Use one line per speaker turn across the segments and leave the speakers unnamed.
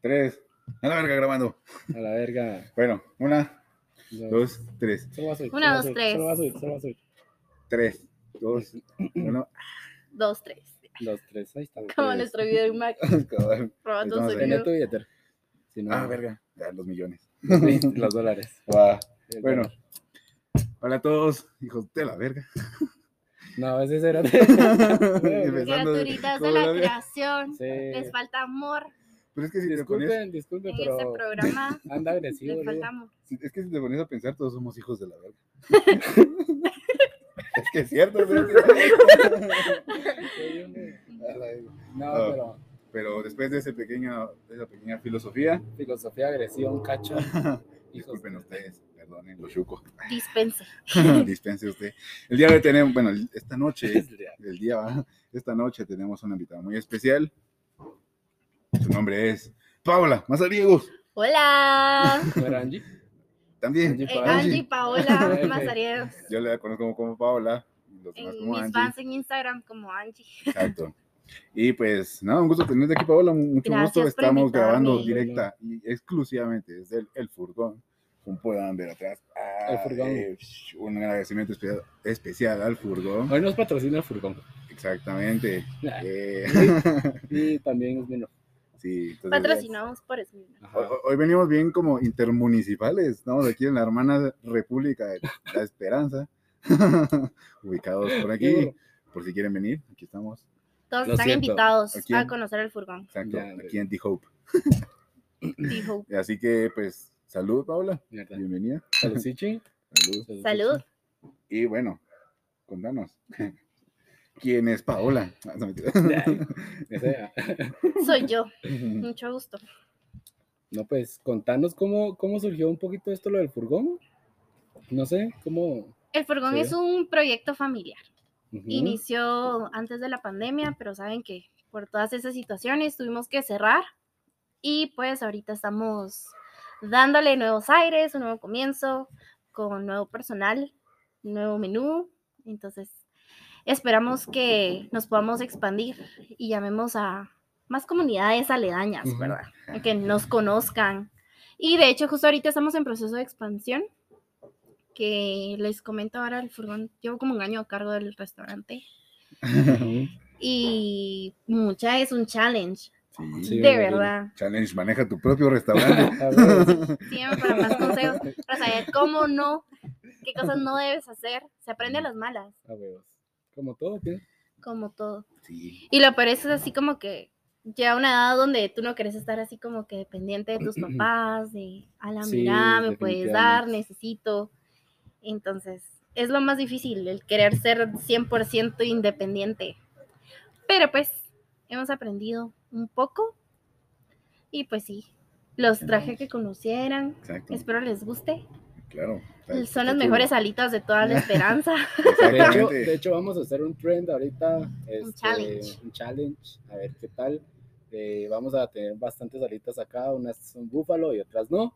tres. A la verga grabando.
A la verga.
Bueno, una,
Dos.
dos, tres.
Solo va a subir, solo va a
Una, dos,
subir,
tres.
Solo va a subir, solo va a subir.
Tres, dos, uno.
Dos, tres.
Los tres, ahí Eh, estamos.
Como
Tres.
nuestro video de Mac,
Cabrón.
robando un
Estamos
sonido.
Tener tu billetera. Si no,
Ah, verga. Ya, los millones.
Los, veinte, los dólares. Eh,
Va.
El
Bueno.
dólar.
Hola a todos, hijos de la verga.
No, ese era.
Empezando de-
Criaturitas de
como
la
la verga.
creación. Les
sí.
falta amor
Pero es que si te pones,
Disculpen, disculpen,
en este
pero
programa.
anda agresivo.
Les
luego.
falta amor.
es que si te pones a pensar, todos somos hijos de la verga. es que es cierto, es cierto. A la verga.
No,
Ah.
pero
Pero después de ese pequeño, de esa pequeña filosofía,
filosofía agresiva, un cacho. Hijos.
disculpen ustedes, perdonen los chucos.
Dispense.
Dispense usted. El día de hoy tenemos, bueno, el- esta noche,
Pero
el día, ¿va? esta noche tenemos una invitada muy especial. Su nombre es Paola Mazariegos,
Hola.
Angie,
también.
Angie
Eh,
Paola.
Angie, Paola, Mazariegos.
Yo la conozco como, como Paola, y los demás
En
como
Eh, mis
Angie.
fans en Instagram como Angie.
Exacto. Y pues, nada, un gusto tenerte aquí, Paola, mucho
Gracias
gusto.
por
Estamos
invitarme.
grabando directa y exclusivamente desde el, el furgón, como puedan ver atrás. Ah,
El furgón.
eh, sh- un agradecimiento espe- especial al furgón.
Hoy nos patrocina el furgón.
Exactamente. Eh,
Y también es menor.
Sí, entonces,
Patrocinados por Smith.
Hoy, hoy- hoy venimos bien como intermunicipales. Estamos aquí en la hermana República de la Esperanza, ubicados por aquí. Por si quieren venir, aquí estamos.
Todos
Lo
están
siento.
invitados
¿A quién?
a conocer el furgón.
Exacto,
Ya,
aquí en T-Hope.
Dijo.
Así que, pues, salud, Paula.
Mierda.
Bienvenida.
Salusichi.
Salud.
Salud.
Y bueno, contanos. ¿Quién es Paola? Ah, no, mentira.
O sea,
Soy yo. Mucho gusto.
No, pues contanos cómo, cómo surgió un poquito esto lo del furgón. No sé, cómo.
El furgón
Sí.
es un proyecto familiar.
Ujú.
Inició antes de la pandemia, pero saben que por todas esas situaciones tuvimos que cerrar y pues ahorita estamos dándole nuevos aires, un nuevo comienzo, con nuevo personal, nuevo menú. Entonces, esperamos que nos podamos expandir y llamemos a más comunidades aledañas,
Ujú.
¿verdad? A Que nos conozcan. Y de hecho, justo ahorita estamos en proceso de expansión, que les comento ahora el furgón, llevo como un año a cargo del restaurante y mucha es un challenge,
Sí.
Sí, me
de
imagino.
verdad.
Challenge, maneja tu propio restaurante.
A ver,
Sígueme para más consejos, para saber cómo no, qué cosas no debes hacer. Se aprende a las malas,
a huevos. Como todo, ¿qué?
como todo.
Sí.
Y lo peor es que es así como que ya una edad donde tú no quieres estar así como que dependiente de tus papás, de, a la
Sí,
mira, me puedes dar,
definitivamente.
necesito. Entonces, es lo más difícil, el querer ser 100% independiente. Pero pues, hemos aprendido un poco. Y pues sí, los traje que conocieran.
Exacto.
Espero les guste.
Claro.
Son las mejores alitas de toda la esperanza.
De hecho, de
Exactamente.
hecho, vamos a hacer un trend ahorita. este,
challenge.
un challenge, A ver qué tal. Eh, vamos a tener bastantes alitas acá. Unas son búfalo y otras no.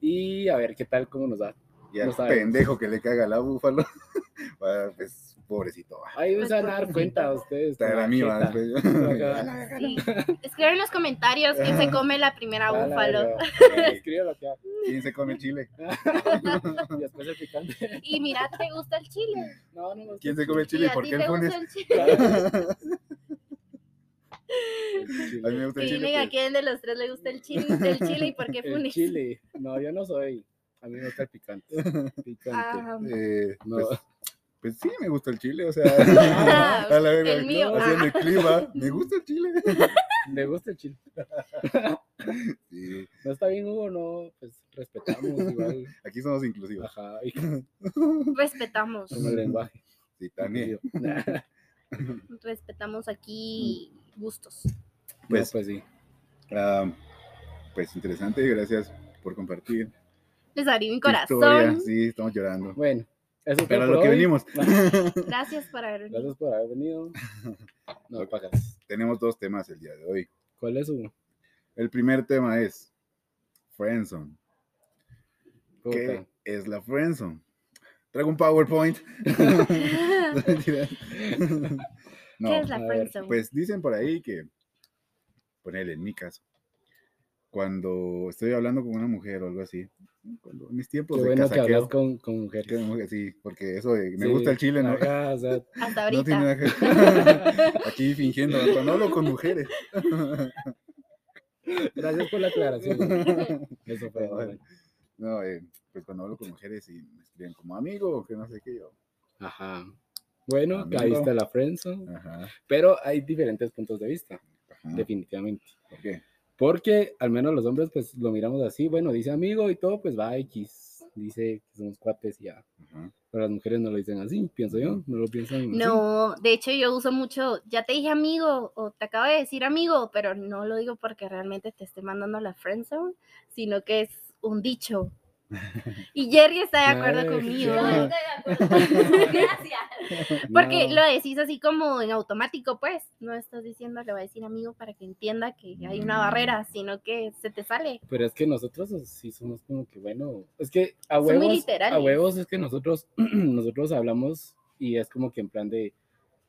Y a ver qué tal, cómo nos da.
Y al
no sabemos.
pendejo que le caga la búfalo. va, pues, pobrecito. va.
Ahí
Pues,
se van a dar cuenta ustedes.
Esta
con
era pues, mí, va,
la jeta.
después-
Acá.
Sí. Escriban en los comentarios quién se come la primera
A Ah, la
búfalo.
verga. Escríbelo acá.
¿Quién se come chile?
Y después el picante.
Y mira, ¿te gusta el chile?
No, no, no.
¿Quién se come
¿Y
chile?
a
¿Por
ti
qué el
te
funes?
gusta el chile?
A mí me gusta
Que
el
digan a
chile. pues,
quién de los tres le gusta el chile, el chile y por qué
El
funes.
chile. No, yo no soy. A mí me gusta el picante. Picante.
Ah,
pues. Eh,
No.
pues, pues sí, me gusta el chile, o sea.
Ah,
a la verga,
el mío.
¿no?
Ah.
Haciendo el clima, me gusta el chile.
Me gusta el chile.
Sí,
No está bien, Hugo, no. Pues respetamos igual.
aquí somos inclusivos.
Ajá. Y
respetamos,
con el lenguaje.
Sí, también.
respetamos aquí gustos.
Pues,
Pues,
pues sí.
ah, pues interesante, gracias por compartir. tu
Les abrí mi
historia.
corazón.
Sí, estamos llorando.
Bueno, eso es
Pero a lo que venimos,
Gracias por haber venido.
Gracias por haber venido. No pagas.
tenemos dos temas el día de hoy.
¿Cuál es Hugo?
El primer tema es Friendzone. ¿Qué
Puta.
es la Friendzone? Traigo un PowerPoint. Mentira. no,
¿Qué es la
a ver,
friendzone?
pues dicen por ahí que, ponele en mi caso, cuando estoy hablando con una mujer o algo así. Cuando, en mis tiempos
Qué
Pues de
bueno que hablas
casaqueo.
con, con mujeres.
que me- Sí, porque eso de me
Sí,
gusta el chile, ¿no?
ajá, o sea,
Hasta
No
ahorita.
tiene nada que- Aquí fingiendo, cuando hablo con mujeres.
gracias por la aclaración. Eso fue.
No,
bueno.
No, eh, pues cuando hablo con mujeres y me escriben como amigo, que no sé qué yo.
Ajá. Bueno,
Amigo.
ahí está la friendzone.
Ajá.
Pero hay diferentes puntos de vista,
ajá.
definitivamente.
¿Por qué?
Porque al menos los hombres pues lo miramos así, bueno, dice amigo y todo, pues va X, dice que somos cuates y ya.
Ajá.
Pero las mujeres no lo dicen así, pienso yo, no lo piensan así.
No, de hecho yo uso mucho, ya te dije amigo o te acabo de decir amigo, pero no lo digo porque realmente te esté mandando a la friendzone, sino que es un dicho. Y Jerry está de acuerdo
Ay,
conmigo.
Jerry.
No, yo estoy de acuerdo. Gracias.
Porque
No.
lo decís así como en automático, pues. No estás diciendo, le voy a decir amigo para que entienda que hay una
Mm.
barrera, sino que se te sale.
Pero es que nosotros sí somos como que, bueno, es que a
Son muy
huevos, a
literales.
huevos es que nosotros, nosotros hablamos y es como que en plan de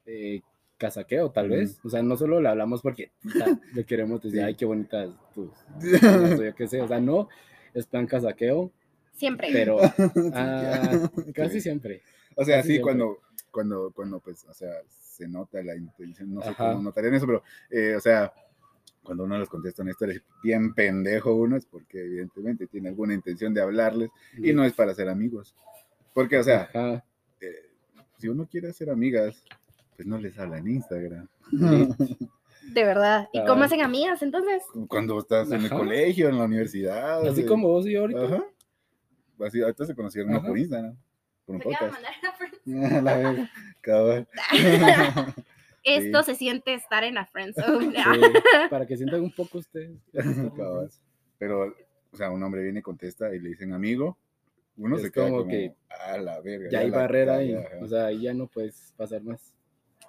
eh, casaqueo, tal
Ujú.
vez. O sea, no solo le hablamos porque puta, le queremos decir,
Sí.
ay, qué bonitas tus, manos", o yo qué sé, o sea, no, es plan casaqueo,
Siempre.
pero ah,
ya.
casi siempre.
O sea,
Casi
sí,
siempre.
cuando, cuando, cuando, pues, o sea, se nota la intención, no sé
Ajá.
cómo notarían eso, pero, eh, o sea, cuando uno les contesta una historia bien pendejo uno, es porque evidentemente tiene alguna intención de hablarles y no es para ser amigos. Porque, o sea,
Ajá.
eh, si uno quiere ser amigas, pues no les habla en Instagram.
De verdad. ¿Y cómo
Ay.
hacen amigas entonces?
Cuando estás en el
Ajá.
colegio, en la universidad.
Así
eh,
como vos y yo ahorita.
Ajá. Así, ahorita se conocieron no
Ajá.
por Instagram, por un
Me acaba
podcast.
de mandar una friendzone.
A la verga, cabal.
Esto se siente estar en la Ah, friendzone.
Sí, para que sientan un poco ustedes.
Cabal. Pero, o sea, un hombre viene y contesta y le dicen amigo. Uno
Es
se queda
como
como,
que
a la verga.
Ya hay
la
barrera pues, ahí.
cagué, ajá".
O sea, ahí ya no puedes pasar más.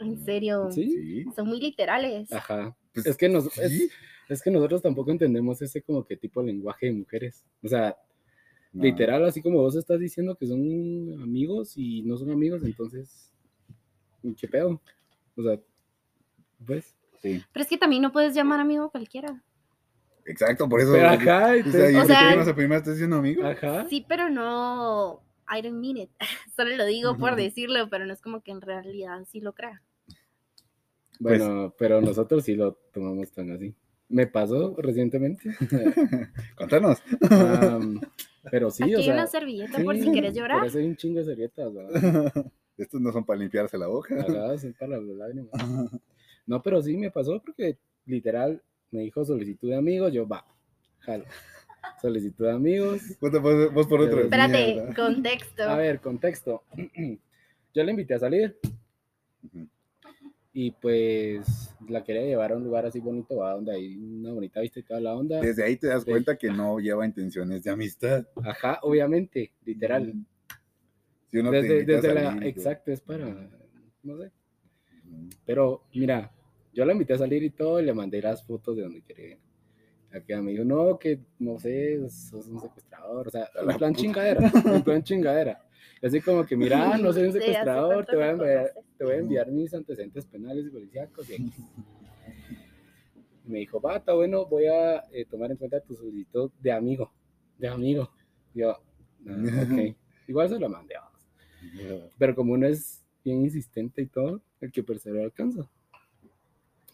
En serio.
Sí.
Sí.
Son muy literales.
Ajá.
Pues,
Es que, nos,
sí.
es, es que nosotros tampoco entendemos ese como que tipo de lenguaje de mujeres. O sea,
No,
literal, así como vos estás diciendo que son amigos y no son amigos, entonces, ¿qué pedo? O sea, pues.
Sí.
Pero es que también no puedes
Ah.
llamar amigo a cualquiera.
Exacto, por eso.
Pero
porque-
ajá,
o sea,
entonces-
y
O
eso que
sea-
vimos a primera estás diciendo amigo.
ajá.
Sí, pero no. I don't mean it. Solo lo digo por
Ujú.
decirlo, pero no es como que en realidad sí lo crea.
Pues-
Bueno, pero nosotros sí lo tomamos tan así. Me pasó recientemente.
Contanos.
am, pero sí,
Aquí
o
hay
sea.
una servilleta por si
sí,
quieres llorar.
Por eso hay un chingo de servilletas, ¿verdad?
Estos no son para limpiarse la boca.
Agarradas son para las lágrimas. No, pero sí me pasó porque literal me dijo solicitud de amigos, yo va, jalo. Solicitud de amigos.
Vos, te pones- vos por otro.
Espérate,
mierda.
contexto.
A ver, contexto. Yo la invité a salir
Ujú.
y pues la quería llevar a un lugar así bonito, ¿va? donde hay una bonita vista y toda la onda.
Desde ahí te das
Sí.
cuenta que no lleva intenciones de amistad.
Ajá, obviamente, literal.
Si uno te
desde
invita a
desde la.
salir, pues,
Exacto, es para. No sé.
ujú.
Pero mira, yo la invité a salir y todo, y le mandé las fotos de donde quería. ir. Acá me dijo, no, que no sé, sos un secuestrador, o sea,
A la
en plan
puta.
chingadera, en plan chingadera. Así como que, mira, no soy un
Sí, hace
secuestrador, te
cuánto
voy a
me
enviar,
conoces.
te voy a enviar mis antecedentes penales y policíacos. Y X. Y me dijo, bata, bueno, voy a eh, tomar en cuenta tu solicitud de amigo, de amigo. Y Yo, "Ah, ok". Igual se lo mandé. vamos. Pero como uno es bien insistente y todo, el que persevera alcanza.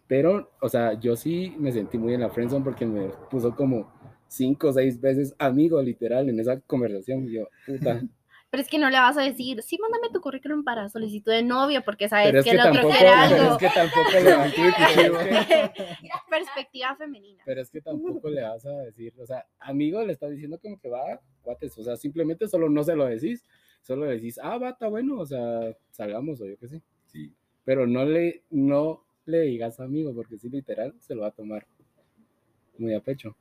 Pero, o sea, yo sí me sentí muy en la friendzone porque me puso como cinco o seis veces amigo, literal, en esa conversación. Y yo, puta.
Pero es que no le vas a decir, sí, mándame tu currículum para solicitud de novio, porque sabes
Pero es
que
que
el otro
tampoco,
quiere
pero es
algo.
que tampoco le vas a
Perspectiva femenina.
pero es que tampoco le vas a decir, o sea, amigo le estás diciendo como que va, cuates, o sea, simplemente solo no se lo decís, solo le decís, ah, va, está bueno, o sea, salgamos o yo qué sé.
Sí.
pero no le, no le digas amigo, porque si literal se lo va a tomar muy a pecho.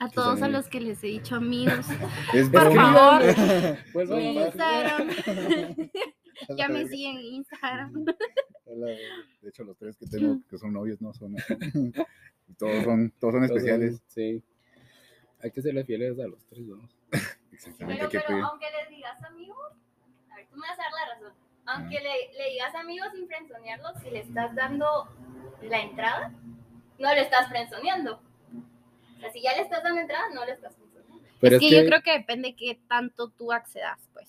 A
tus
todos a
amigos.
los que les he dicho amigos,
Es
por
broma.
favor,
Pues
mi
bueno,
Instagram.
A la
Ya me
verga.
siguen en Instagram.
A la verga. eh, De hecho, los tres que tengo que son novios no son. así. Y todos son, todos son especiales.
Sí. Hay que serle fieles a los tres, ¿no?
Exactamente,
Pero,
qué
pero
pedo.
aunque les digas amigos, a ver, tú me vas a dar la razón. Aunque le, le digas amigos sin frenzonearlos, si le estás dando la entrada, no le estás frenzoneando. O sea, si ya le estás dando entrada, no le estás funcionando.
Pero
es, que, yo creo que depende qué tanto tú accedas, pues.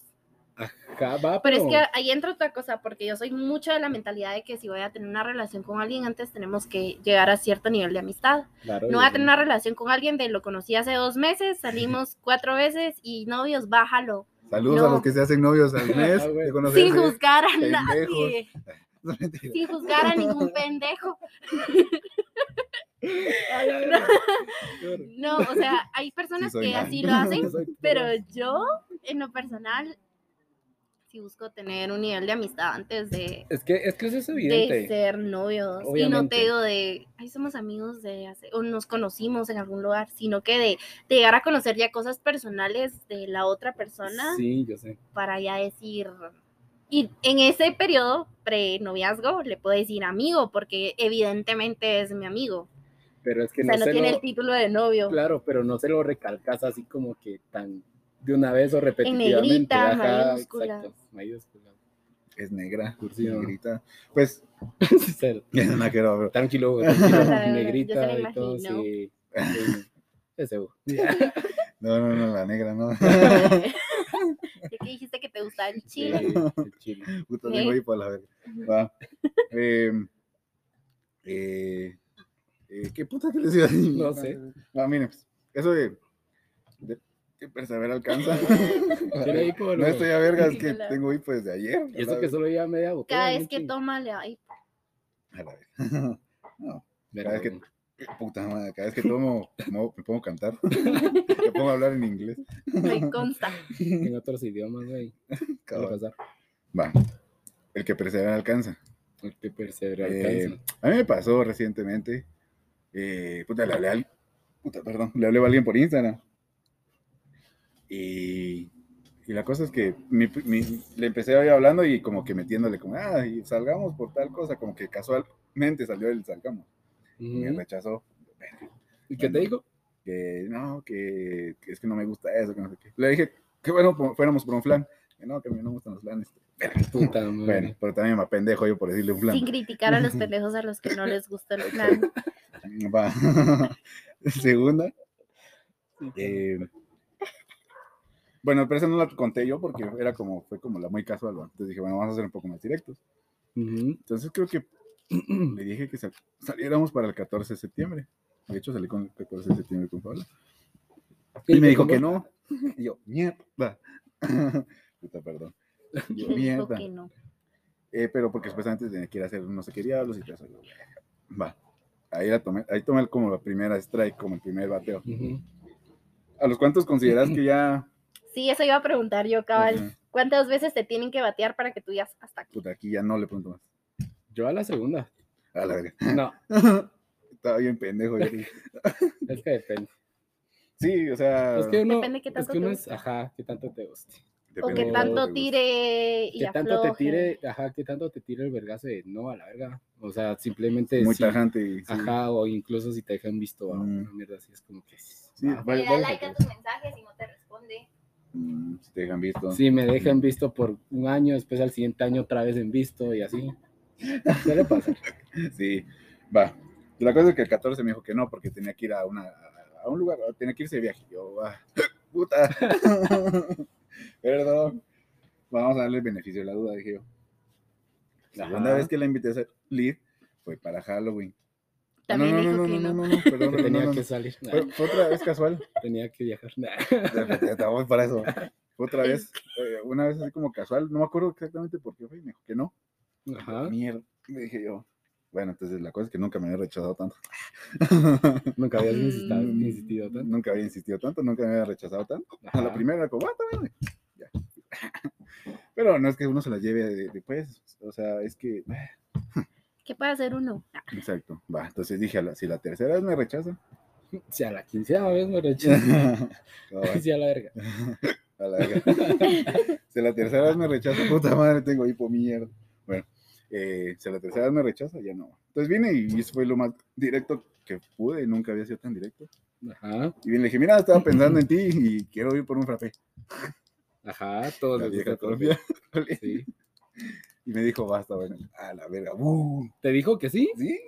acá va,
Pero es que ahí entra otra cosa, porque yo soy mucho de la mentalidad de que si voy a tener una relación con alguien, antes tenemos que llegar a cierto nivel de amistad.
Claro,
No voy a
yo-
tener una relación con alguien de lo conocí hace dos meses, salimos cuatro veces y novios, bájalo.
Saludos
No.
a los que se hacen novios al mes.
Ah, güey.
de conocerse.
Sin juzgar a
pendejos.
nadie,
No, mentira.
sin juzgar a ningún pendejo.
Ay, ay, ay. Qué horror.
No, o sea, hay personas
soy
que
mal.
así lo hacen,
Soy
pero
todo.
yo, en lo personal, sí busco tener un nivel de amistad antes de,
Es que, es que eso es
de
evidente.
ser novios. Y no
Obviamente.
te digo de, ay, somos amigos de hace, o nos conocimos en algún lugar, sino que de, de llegar a conocer ya cosas personales de la otra persona.
Sí, yo sé.
para ya decir. Y en ese periodo pre-noviazgo le puedo decir amigo, porque evidentemente es mi amigo.
Pero es que
o sea,
no
no,
se
tiene
lo-
el título de novio.
Claro, pero no se lo recalcas así como que tan de una vez o
negrita,
repetitivamente.
mayúsculas.
exacto, mayúsculas.
Es negra,
Cursiva.
negrita. Pues,
Cero.
no quiero, bro.
Tranquilo, güey, tranquilo,
Ya se lo
negrita y todo,
imagino.
sí. sí, Ese, güey.
No, no, no, la negra, no.
¿De que dijiste que te gustaba el chile?
Sí, el chile.
Puta,
Sí.
tengo ahí para la verga. Va. Eh, eh, eh, ¿Qué puta que les iba a decir?
No sé.
Va, miren, pues, eso de, de, de perseverar alcanza.
Tiene ahí como
no
lo-
estoy a verga, es que
Hola.
tengo hipo desde ayer.
Y eso que solo lleva media botella.
Cada
¿no?
vez que
Chinga.
toma, le ay,
A la verga. No,
Verga,
cada vez que-
güey.
puta madre, cada vez que tomo, mo- me pongo a cantar. Me pongo a hablar en inglés.
me consta.
En otros idiomas, güey. Puede
Cabrón.
pasar.
Va. El que persevera alcanza.
El que persevera
Eh,
alcanza.
A mí me pasó recientemente. eh, puta, le hablé a alguien. Puta, perdón. Le hablé a alguien por Instagram. Y, y la cosa es que mi- mi- le empecé a ir hablando y como que metiéndole como, ah, y salgamos por tal cosa. Como que casualmente salió el salgamos. Y me
Ujú.
rechazó.
¿Y qué te digo?
Que no, que, que es que no me gusta eso, que no sé qué. Le dije, que bueno, po- fuéramos por un flan. Que no, que a mí no me gustan los flanes. este,
Puta madre.
Bueno, pero también me pendejo yo por decirle un flan.
Sin criticar a los pendejos a los que no les gusta el plan.
Va. Segunda. eh, bueno, pero esa no la conté yo porque era como, fue como la muy casual. ¿va? Entonces dije, bueno, vamos a hacer un poco más directos.
Ujú.
Entonces creo que le dije que sal- saliéramos para el 14 de septiembre. De hecho, salí con el 14 de septiembre con Pablo. Y me dijo que no. Y yo, mierda. Puta, perdón. Y yo,
Le dijo
mierda.
que no.
Eh, pero porque después antes tenía que ir a hacer no sé qué diablos y todo eso. Y yo, Va. Ahí la tomé, ahí tomé como la primera strike, como el primer bateo.
Ujú.
¿A los cuantos consideras que ya
Sí, eso iba a preguntar yo, cabal.
Ujú.
¿Cuántas veces te tienen que batear para que tú ya hasta aquí?
Puta, aquí ya no le pregunto más.
Yo a la segunda.
A la verga.
No,
Estaba bien pendejo. yo.
es que depende.
Sí, o sea.
Es que uno,
Depende qué
Pues es
tanto
que
te
uno es,
guste.
ajá, qué tanto te guste.
O
depende
que
de
cómo
tanto
te guste.
tire y
Qué tanto te
afloje.
tire, ajá, qué tanto te tire el vergazo de no a la verga. O sea, simplemente
Muy
si-
tajante. y sí.
ajá, o incluso si te dejan visto a
Mm.
una mierda así, es como que
Sí,
ah,
va-
Le da
vale,
like a
vale.
tus mensajes y no te responde.
Mm, Si te dejan visto.
pues, Sí, me dejan visto por un año, después al siguiente año otra vez en visto y así. Suele pasar.
Sí, va. La cosa es que el 14 me dijo que no, porque tenía que ir a, una, a- a un lugar, tenía que irse de viaje. Yo, ah, puta. Perdón. Vamos a darle el beneficio de la duda, dije yo. La segunda
Ajá.
vez que la invité a salir fue para Halloween. Ah,
También
no, no,
dijo
no, no,
que no.
no, no, no, perdón,
Que
perdón,
tenía
no, no.
que salir, nah,
Fue, fue otra vez casual.
tenía que viajar. nah.
Estamos para eso. Fue otra vez, eh, una vez así como casual, no me acuerdo exactamente por qué fue, y me dijo que no.
Ajá,
Mierda, me dije yo. Bueno, entonces la cosa es que nunca me había rechazado tanto.
nunca habías
Mm.
insistido, insistido tanto.
Nunca había insistido tanto, nunca me había rechazado tanto. A la
¿Eh? Ajá.
primera era como, "Ah, está bien, güey". Ya. Pero no es que uno se la lleve de- después. O sea, es que. eh,
¿Qué puede hacer uno? Ah,
Exacto. Va. Entonces dije, "A la- si la tercera vez me rechaza.
Si a la quinceava vez me rechazan,
no, va,
si a la verga.
a la verga. si la tercera vez me rechaza, puta madre, tengo hipo mierda. Bueno, eh, si la tercera vez me rechaza, ya no. Entonces vine y eso fue lo más directo que pude. Nunca había sido tan directo.
Ajá,
Y bien, le dije, mira, estaba pensando en ti y quiero ir por un frappé.
ajá, todos
La
les gusta
vieja
todo.
todavía.
Sí.
Y me dijo, basta, bueno, a la verga, ¡bu!
¿Te dijo que sí?
¿Sí?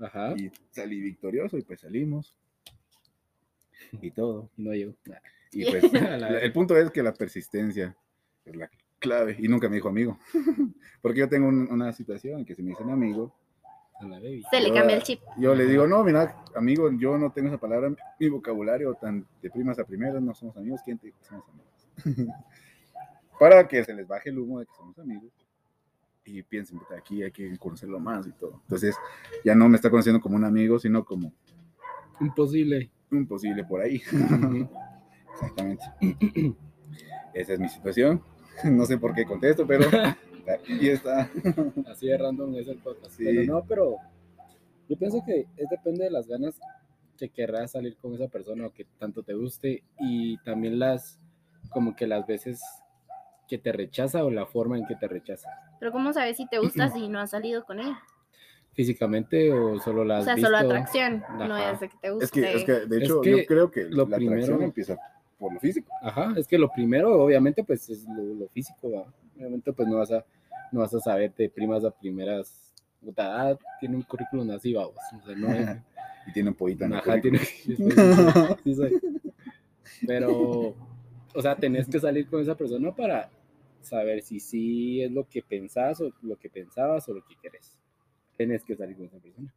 Ajá.
Y salí victorioso y pues salimos. y todo.
Y no llegó.
Y pues,
A la
la- el punto es que la persistencia es la clave. Y nunca me dijo amigo. Porque yo tengo un- una situación en que si me dicen amigo,
A la baby.
Se le
yo-
cambia el chip.
Yo le digo, no, mira, amigo, yo no tengo esa palabra en mi vocabulario tan de primas a primeras, no somos amigos. ¿Quién te dijo que somos amigos? Para que se les baje el humo de que somos amigos y piensen, "Puta, aquí hay que conocerlo más y todo. Entonces, ya no me está conociendo como un amigo, sino como
Imposible.
un posible por ahí.
Ujú.
Exactamente. Esa es mi situación. No sé por qué contesto, pero aquí está.
Así de random es el podcast.
Sí.
Bueno, no, pero yo pienso que es depende de las ganas que querrás salir con esa persona o que tanto te guste y también las, como que las veces que te rechaza o la forma en que te rechaza.
Pero ¿cómo sabes si te gusta si no has salido con ella?
Físicamente o solo la
O
has
sea,
visto.
solo atracción. No
Ajá.
es de que te guste.
Es que, es que de
Es
hecho,
que
yo creo que
lo
la
primero-
atracción empieza por lo físico.
Ajá, es que lo primero, obviamente, pues es lo, lo físico, ¿va? Obviamente, pues no vas a, no vas a saber de primas a primeras. Puta, ah, tiene un currículum así, vamos. O sea, no es-
Y tiene un pollito en el
Ajá,
currículum.
tiene que- sí soy. Pero, o sea, tenés que salir con esa persona para saber si sí es lo que pensás o lo que pensabas o lo que querés. Tenés que salir con esa persona.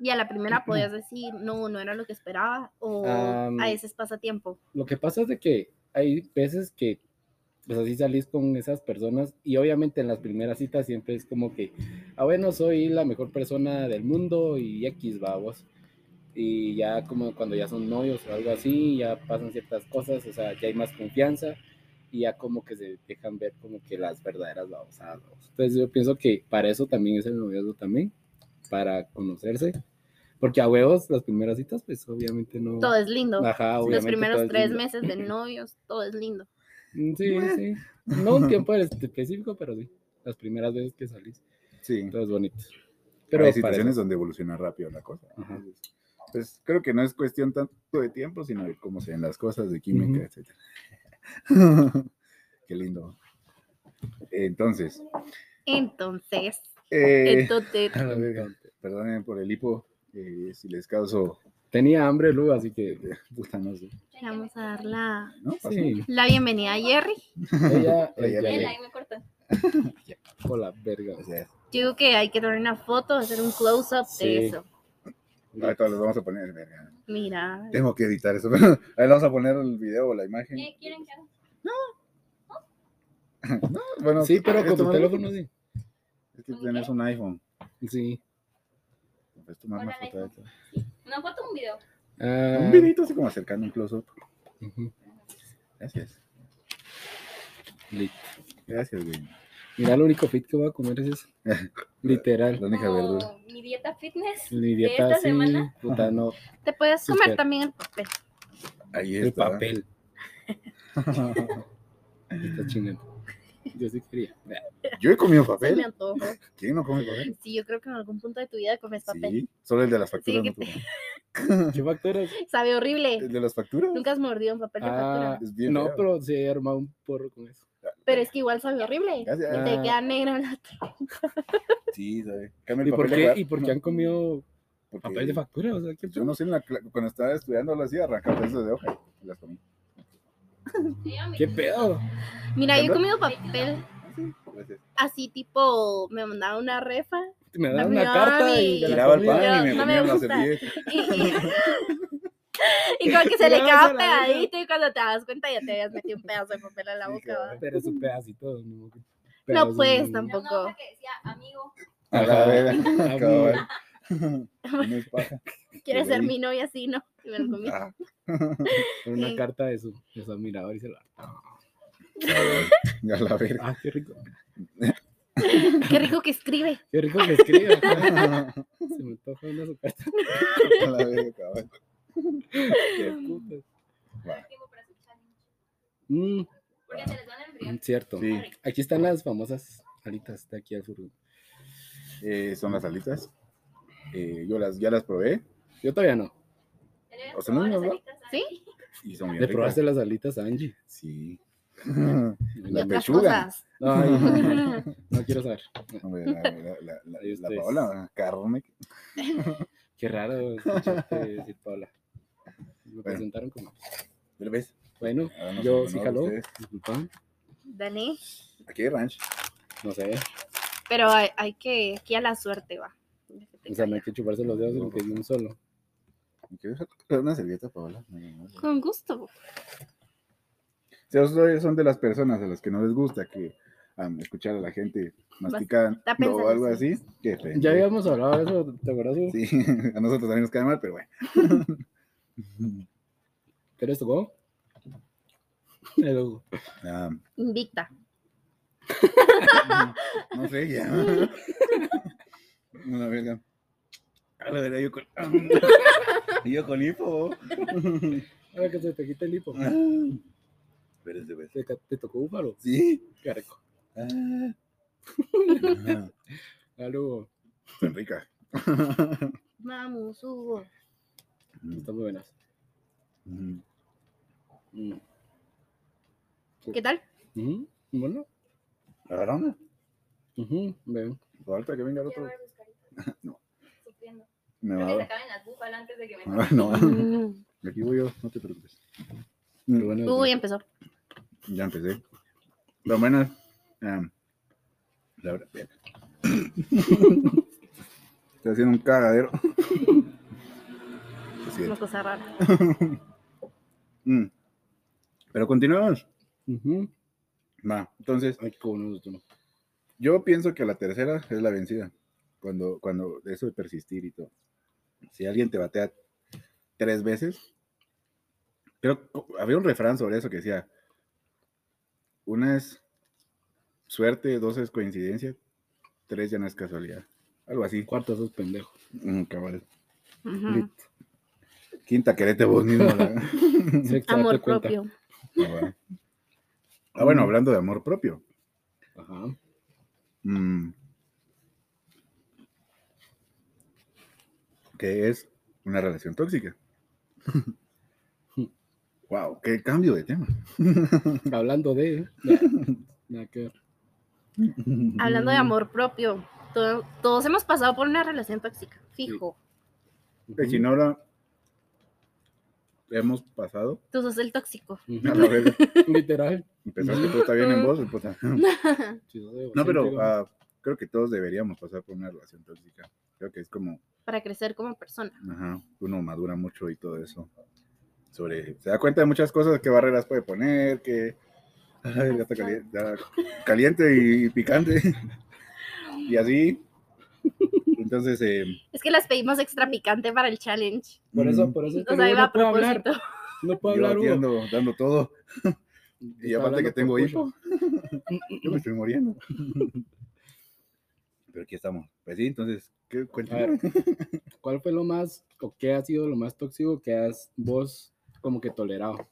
Y a la primera podías decir, no, no era lo que esperaba. O
Am.
a veces pasa tiempo.
Lo que pasa es de que hay veces que, pues así salís con esas personas y obviamente en las primeras citas siempre es como que, ah, bueno, soy la mejor persona del mundo y X babos. Y ya como cuando ya son novios o algo así, ya pasan ciertas cosas, o sea, ya hay más confianza y ya como que se dejan ver como que las verdaderas babosadas. babos. Entonces yo pienso que para eso también es el noviazgo también, para conocerse. Porque a huevos las primeras citas, pues obviamente no...
Todo es lindo.
Ah,
Ajá,
Los
obviamente todo
primeros
es
tres
lindo.
meses de novios, todo es lindo.
Mm, Sí, sí. No un tiempo en este específico, pero sí. Las primeras veces que salís.
Sí.
Todo es bonito. Pero
Pero hay
para
situaciones donde evoluciona rápido la cosa.
Ajá.
Entonces, Pues creo que no es cuestión tanto de tiempo, sino de cómo se ven las cosas, de química,
Ujú.
etcétera. Qué lindo. Entonces,
Entonces,
eh,
entonces,
a la
eso-
verga, perdonen por el hipo, eh, si les causo,
Tenía hambre, Lu, así que.
puta, no sé.
le vamos a dar la,
¿No? Pasó.
Sí.
la bienvenida a Jerry.
Ella.
Ella-
Él
ella
ahí me corta.
con la verga.
O sea,
Yo digo que hay que tomar una foto, hacer un close-up
Sí.
de eso.
ahorita los vamos a poner, verga.
Mira,
Tengo que editar eso, pero ahí vamos a poner el video o la imagen.
¿Qué quieren que haga?
No, bueno,
Sí, pero con
esto
tu
no-
teléfono sí.
Es que tenés un iPhone, Pues
Sí.
puedes tomar una
Hola,
foto de todo.
Una foto o un video.
Ah,
Un videito así como acercando un close-up.
ujú,
Gracias.
lit.
Gracias, güey.
Mira, lo único fit que voy a comer es eso. Literal.
La única
Como
verdura.
Mi dieta fitness.
Mi
¿De
dieta
esta
así.
semana?
Puta, no.
te puedes
Sí,
comer
espera.
también el papel.
Ahí
El
está.
papel. Está chingando. Yo sí quería.
Yo he comido
Se me
papel.
antojó.
¿Quién no come papel?
Sí, yo creo que en algún punto de tu vida comes papel.
Sí, solo el de las facturas.
Sí,
no
que
como.
¿Qué facturas?
Sabe
¿El
horrible.
de las facturas?
Nunca has mordido un papel de
Ah,
factura.
Es bien
no,
feo.
pero se he armado un porro con eso.
Pero es que igual sabe horrible.
Gracias.
Ah.
Te queda negro en la tro-
Sí, sabe. Cambia el
¿Y por,
papel de
qué,
gra-
¿Y por qué
no,
han comido
porque
papel de factura? O sea, ¿qué
Yo no sé, en la cla- cuando estaba estudiando lo hacía, arrancaba pedazos de hoja y las comí.
¿Qué pedo?
Mira, yo he
¿Verdad?
comido papel
Ah, Sí, pues, eh, gracias.
así tipo, me mandaba una refa
Me dan
Ay,
una carta y
mami.
me la
Tiraba el
comía.
pan y
Yo-
me
no
comía
me
las
gusta.
servilleta.
y, y- y como que se le
Ya,
quedaba
se la verga.
pegadito y cuando te das cuenta ya te habías metido un pedazo de papel en la
Sí,
boca. ¿va?
cabrón.
Pero es un pedacito. No,
No, pues,
Era una
Tampoco.
hoja que decía amigo.
A
Ajá.
la verga,
Ah,
cabal. No es paja.
¿Quieres ser
Ahí.
mi novia? Sí, no. Y me lo comí.
Ah,
Era una
Sí.
carta de su, de su admirador y se la.
a la verga.
Ah, qué rico.
Qué rico que escribe.
Qué rico que escribe. ajá.
A
se me antoja una su carta.
la verga, cabal.
Qué putas.
No hay tiempo para hacer challenge.
Mm,
Porque se les van a enfriar.
cierto.
Sí.
Aquí están las famosas alitas de aquí al sur.
eh, son las alitas. Eh, yo las, ya las probé
Yo todavía no.
Tenés
O sea, no,
todas
no,
las
no.
alitas ahí.
¿Sí?
y son bien
Le
ricas.
probaste las alitas a Angie.
Sí.
Y
La
otras
pechuga.
cosas.
Ay, no quiero saber.
Hombre, la, la, la, la,
Ahí
la
ustedes.
Paola, carne.
Qué raro escucharte decir Paula. Me
Bueno.
presentaron como,
¿Pero ves?
bueno,
Ahora nos
yo
honor
sí jaló,
ustedes.
disculpa,
Dani.
Aquí hay ranch.
no sé,
Pero hay, hay que, aquí a la suerte va.
o sea, no hay que chuparse los dedos sino que de un solo.
¿Me quieres dejar una servilleta, Paola? No, no, no.
Con gusto.
Si a ustedes son de las personas a las que no les gusta que am, escuchar a la gente masticando
Está pensando,
o algo
sí.
así, que ofende.
Ya habíamos hablado de eso, ¿te acuerdas? Hugo?
Sí, a nosotros también nos cae mal, pero bueno.
¿Qué les tocó? El Hugo.
Am,
Invicta.
no sé, ya. Una verga. A la verga, yo con. y yo con hipo.
Ahora que se te quita el hipo,
Espérense, pues.
te, te tocó búfalo,
Sí.
qué rico.
Ah. Ah,
Al Hugo,
Están ricas.
Vamos, Hugo.
están muy buenas.
Mm.
Mm.
¿Qué tal?
Ujú, Bueno,
Agarra una.
ujú, ven.
Ahorita que venga el otro.
Quiero ver sus caritas.
No.
Sufriendo.
Me
Creo que se
va
acaben las búfalas antes de que me.
a. No,
Mm.
aquí voy yo, no te preocupes. Mm,
Pero bueno,
Uy, empezó.
Ya empecé. Lo menos. em, la verdad. Estoy haciendo un cagadero. Lo
Una
siento.
cosa rara.
Mm. Pero continuamos.
ujú,
Va, entonces,
ay, cómo no, tú no.
yo pienso que la tercera es la vencida. Cuando, cuando eso de persistir y todo. Si alguien te batea tres veces, creo co- había un refrán sobre eso que decía: una es suerte, dos es coincidencia, tres ya no es casualidad. Algo así.
Cuarto, esos pendejos.
Mm, cabal.
Ujú.
Quinta, querete vos mismo. ¿verdad?
Sexta, date
Amor
cuenta.
propio.
Cabal. Ah, bueno, hablando de amor propio.
Ajá.
Mm. Que es una relación tóxica. wow, qué cambio de tema.
Hablando de. Nada que ver.
Hablando de
Mm.
amor propio. todo- todos hemos pasado por una relación tóxica. Fijo.
Que si no la hemos pasado.
Tú sos el tóxico.
A
Ujú,
la verga,
Literal.
Empezar que todo está bien en vos, puta.
Sí, soy
No, pero
egocéntrico.
ah, creo que todos deberíamos pasar por una relación tóxica. Creo que es como,
Para crecer como persona.
ajá, uno madura mucho y todo eso. Sobre, se da cuenta de muchas cosas, qué barreras puede poner, que está caliente, caliente y picante. Y así. Entonces, eh,
Es que las pedimos extra picante para el challenge.
Por
mm,
eso, por eso. es que
Entonces ahí
Hugo
va
no
a
puedo hablar.
propósito.
No puedo
yo
hablar,
aquí
Hugo.
ando dando todo. Y
Está
aparte que
hablando
tengo
por
hipo.
culo.
Yo me estoy muriendo. Pero aquí estamos. Pues sí, entonces, ¿qué
A
cuéntame?
ver, ¿cuál fue lo más, o qué ha sido lo más tóxico que has vos como que tolerado?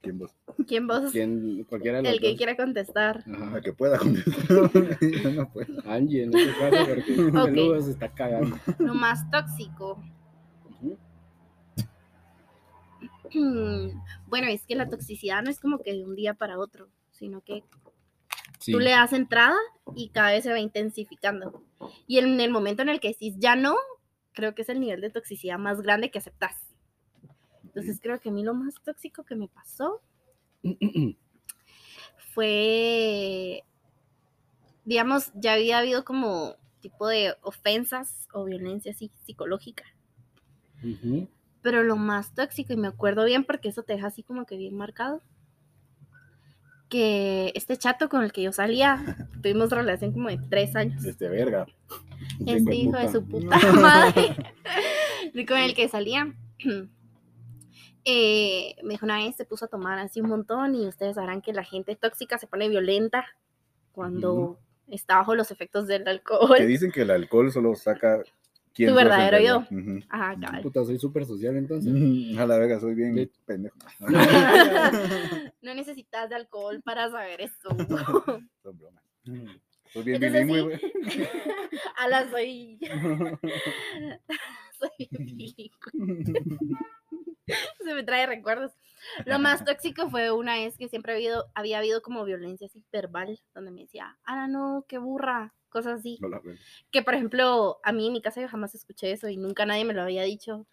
¿Quién vos?
¿Quién vos?
¿Quién, cualquiera de los
El que
dos?
quiera contestar.
A
Ajá.
Ah, que pueda contestar. Yo no puedo.
Angie, en este caso, porque el Hugo se está cagando.
Lo más tóxico.
Ujú.
Mm, Bueno, es que la toxicidad no es como que de un día para otro, sino que
Sí.
tú le das entrada y cada vez se va intensificando. Y en el momento en el que decís ya no, creo que es el nivel de toxicidad más grande que aceptas. Entonces creo que a mí lo más tóxico que me pasó fue, digamos, ya había habido como tipo de ofensas o violencia así psicológica.
Ujú.
Pero lo más tóxico, y me acuerdo bien porque eso te deja así como que bien marcado, que este chato con el que yo salía, tuvimos relación como de tres años.
Este verga.
Este hijo de su puta madre. con el que salía. Eh, me dijo una vez, se puso a tomar así un montón y ustedes sabrán que la gente tóxica se pone violenta cuando
Ujú.
está bajo los efectos del
Que
alcohol.
dicen que el alcohol solo saca quién sos
Pues Tu
en
verdadero
realidad.
Ajá, cabal.
Puta, soy súper social entonces.
Ujú. A la verga, soy bien
Sí.
pendejo.
No necesitas de alcohol para saber esto.
Son bromas. Soy bien
Entonces,
bilingüe,
sí.
güey.
Ala, soy. soy bilingüe. Se me trae recuerdos. Lo más tóxico fue una vez que siempre ha habido, había habido como violencia así verbal, donde me decía, Ala, no, qué burra, cosas así.
No la verga.
Que por ejemplo, a mí en mi casa yo jamás escuché eso y nunca nadie me lo había dicho.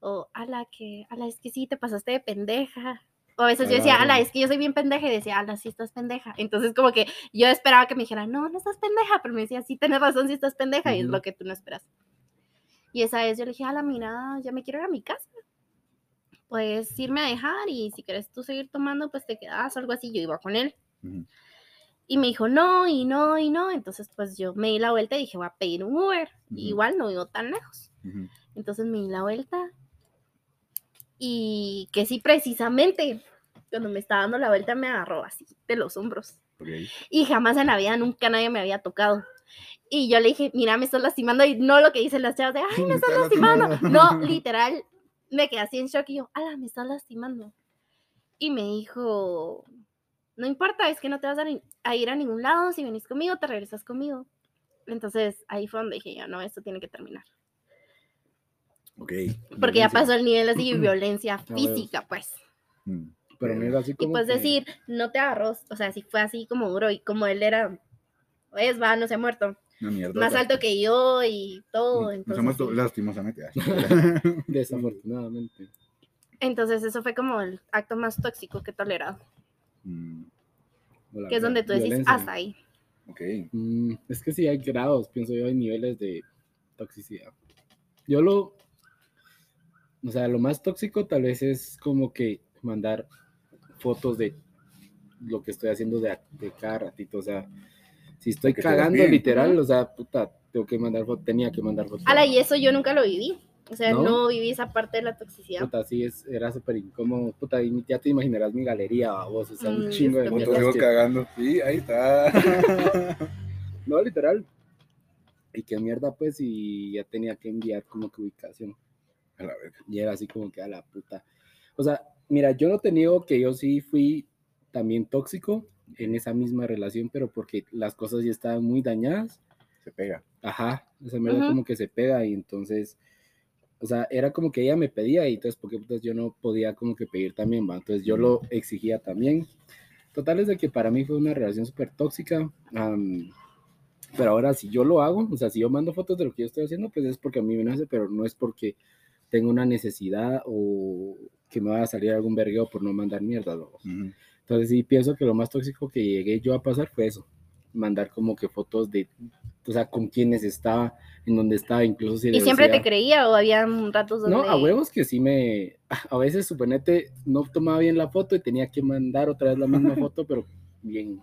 o ala que, ala es que sí, te pasaste de pendeja. O a veces yo
Ala,
decía, ala,
ala.
es que yo soy bien pendeja y decía, ala, sí estás pendeja. Entonces como que yo esperaba que me dijera, no, no estás pendeja, pero me decía, sí, tenés razón, sí estás pendeja y es
Ujú.
lo que tú no esperas. Y esa vez yo le dije, ala, mira, ya me quiero ir a mi casa. Puedes pues, irme a dejar y si quieres tú seguir tomando, pues te quedas o algo así. Yo iba con él.
Ujú.
Y me dijo, no, y no, y no. Entonces, pues yo me di la vuelta y dije, voy a pedir un Uber.
Ujú.
Igual no vivo tan lejos.
Ujú.
Entonces me di la vuelta. Y que sí, precisamente, cuando me estaba dando la vuelta me agarró así de los hombros.
Ok.
Y jamás en la vida, nunca nadie me había tocado. Y yo le dije, mira, me estás lastimando. Y no lo que dicen las chavas de, ay, me
Me
estás
está
lastimando. No,
lastimando.
literal, me quedé así en shock y yo, ala, me estás lastimando. Y me dijo, no importa, es que no te vas a, ni- a ir a ningún lado. Si venís conmigo, te regresas conmigo. Entonces ahí fue donde dije yo, no, esto tiene que terminar.
Ok.
Porque
Violencia.
ya pasó el nivel así de violencia
huevos.
física, pues.
Mm.
Pero no era así
Y
como.
pues
que-
decir, no te agarró, o sea, si fue así como duro y como él era, es va, no se ha muerto,
Una mierda.
más alto que yo y todo.
Nos
Entonces,
hemos to-
sí.
lastimosamente. ay.
Desafortunadamente.
Entonces, eso fue como el acto más tóxico que he tolerado,
Mm,
o la
que es
viola-
donde tú decís,
violencia.
hasta ahí.
Ok.
Mm, es que sí hay grados, pienso yo, hay niveles de toxicidad. Yo lo, o sea, lo más tóxico tal vez es como que mandar fotos de lo que estoy haciendo de, a- de cada ratito, o sea, si estoy
Porque te las
cagando
piden.
literal, o sea, puta, tengo que mandar fotos, tenía que mandar fotos.
Ala, y eso yo nunca lo viví, o sea,
¿No?
no, viví esa parte de la toxicidad.
Puta, sí, es, era súper incómodo, puta, y ya te imaginarás mi galería, vos, o sea, un
Mm,
chingo de
esto
Otro sigo
Mierda,
mierdas que-
cagando. Sí, ahí está.
No, literal. Y qué mierda, pues, y ya tenía que enviar como que ubicación.
A la verga.
Y era así como que a la puta. O sea, mira, yo no te niego que yo sí fui también tóxico en esa misma relación, pero porque las cosas ya estaban muy dañadas.
Se pega.
Ajá, esa mierda
Ujú.
como que se pega y entonces, o sea, era como que ella me pedía y entonces, porque putas yo no podía como que pedir también, va? Entonces yo lo exigía también. Total es de que para mí fue una relación súper tóxica. am, pero ahora si yo lo hago, o sea, si yo mando fotos de lo que yo estoy haciendo, pues es porque a mí me nace, pero no es porque tengo una necesidad o que me vaya a salir algún vergueo por no mandar mierda. loco.
Ujú.
Entonces sí pienso que lo más tóxico que llegué yo a pasar fue eso, mandar como que fotos de, o sea, con quienes estaba, en dónde estaba, incluso si
Y
le
siempre te
decía-
creía o había ratos donde...
No, a huevos que sí me, a veces suponete no tomaba bien la foto y tenía que mandar otra vez la misma foto, pero bien,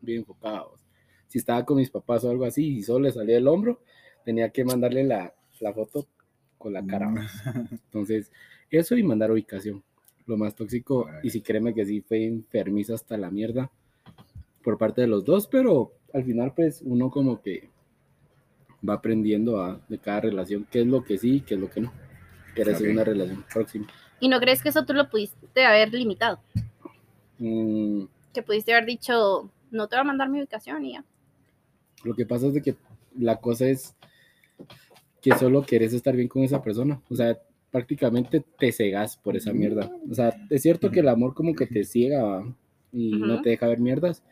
bien enfocados. Si estaba con mis papás o algo así y solo le salía el hombro, tenía que mandarle la, la foto con la
Mm.
cara. vamos. Entonces, eso y mandar ubicación. Lo más tóxico, y si créeme que sí fue enfermiza hasta la mierda por parte de los dos, pero al final, pues uno como que va aprendiendo a, de cada relación qué es lo que sí y qué es lo que no. Quieres
Ok.
una relación próxima.
Y no crees que eso tú lo pudiste haber limitado,
Mm,
que pudiste haber dicho, no te voy a mandar mi ubicación y ya.
Lo que pasa es de que la cosa es que solo querés estar bien con esa persona. O sea, prácticamente te cegas por esa mierda. O sea, es cierto que el amor como que te ciega ¿va? y no
Ujú.
te deja ver mierdas.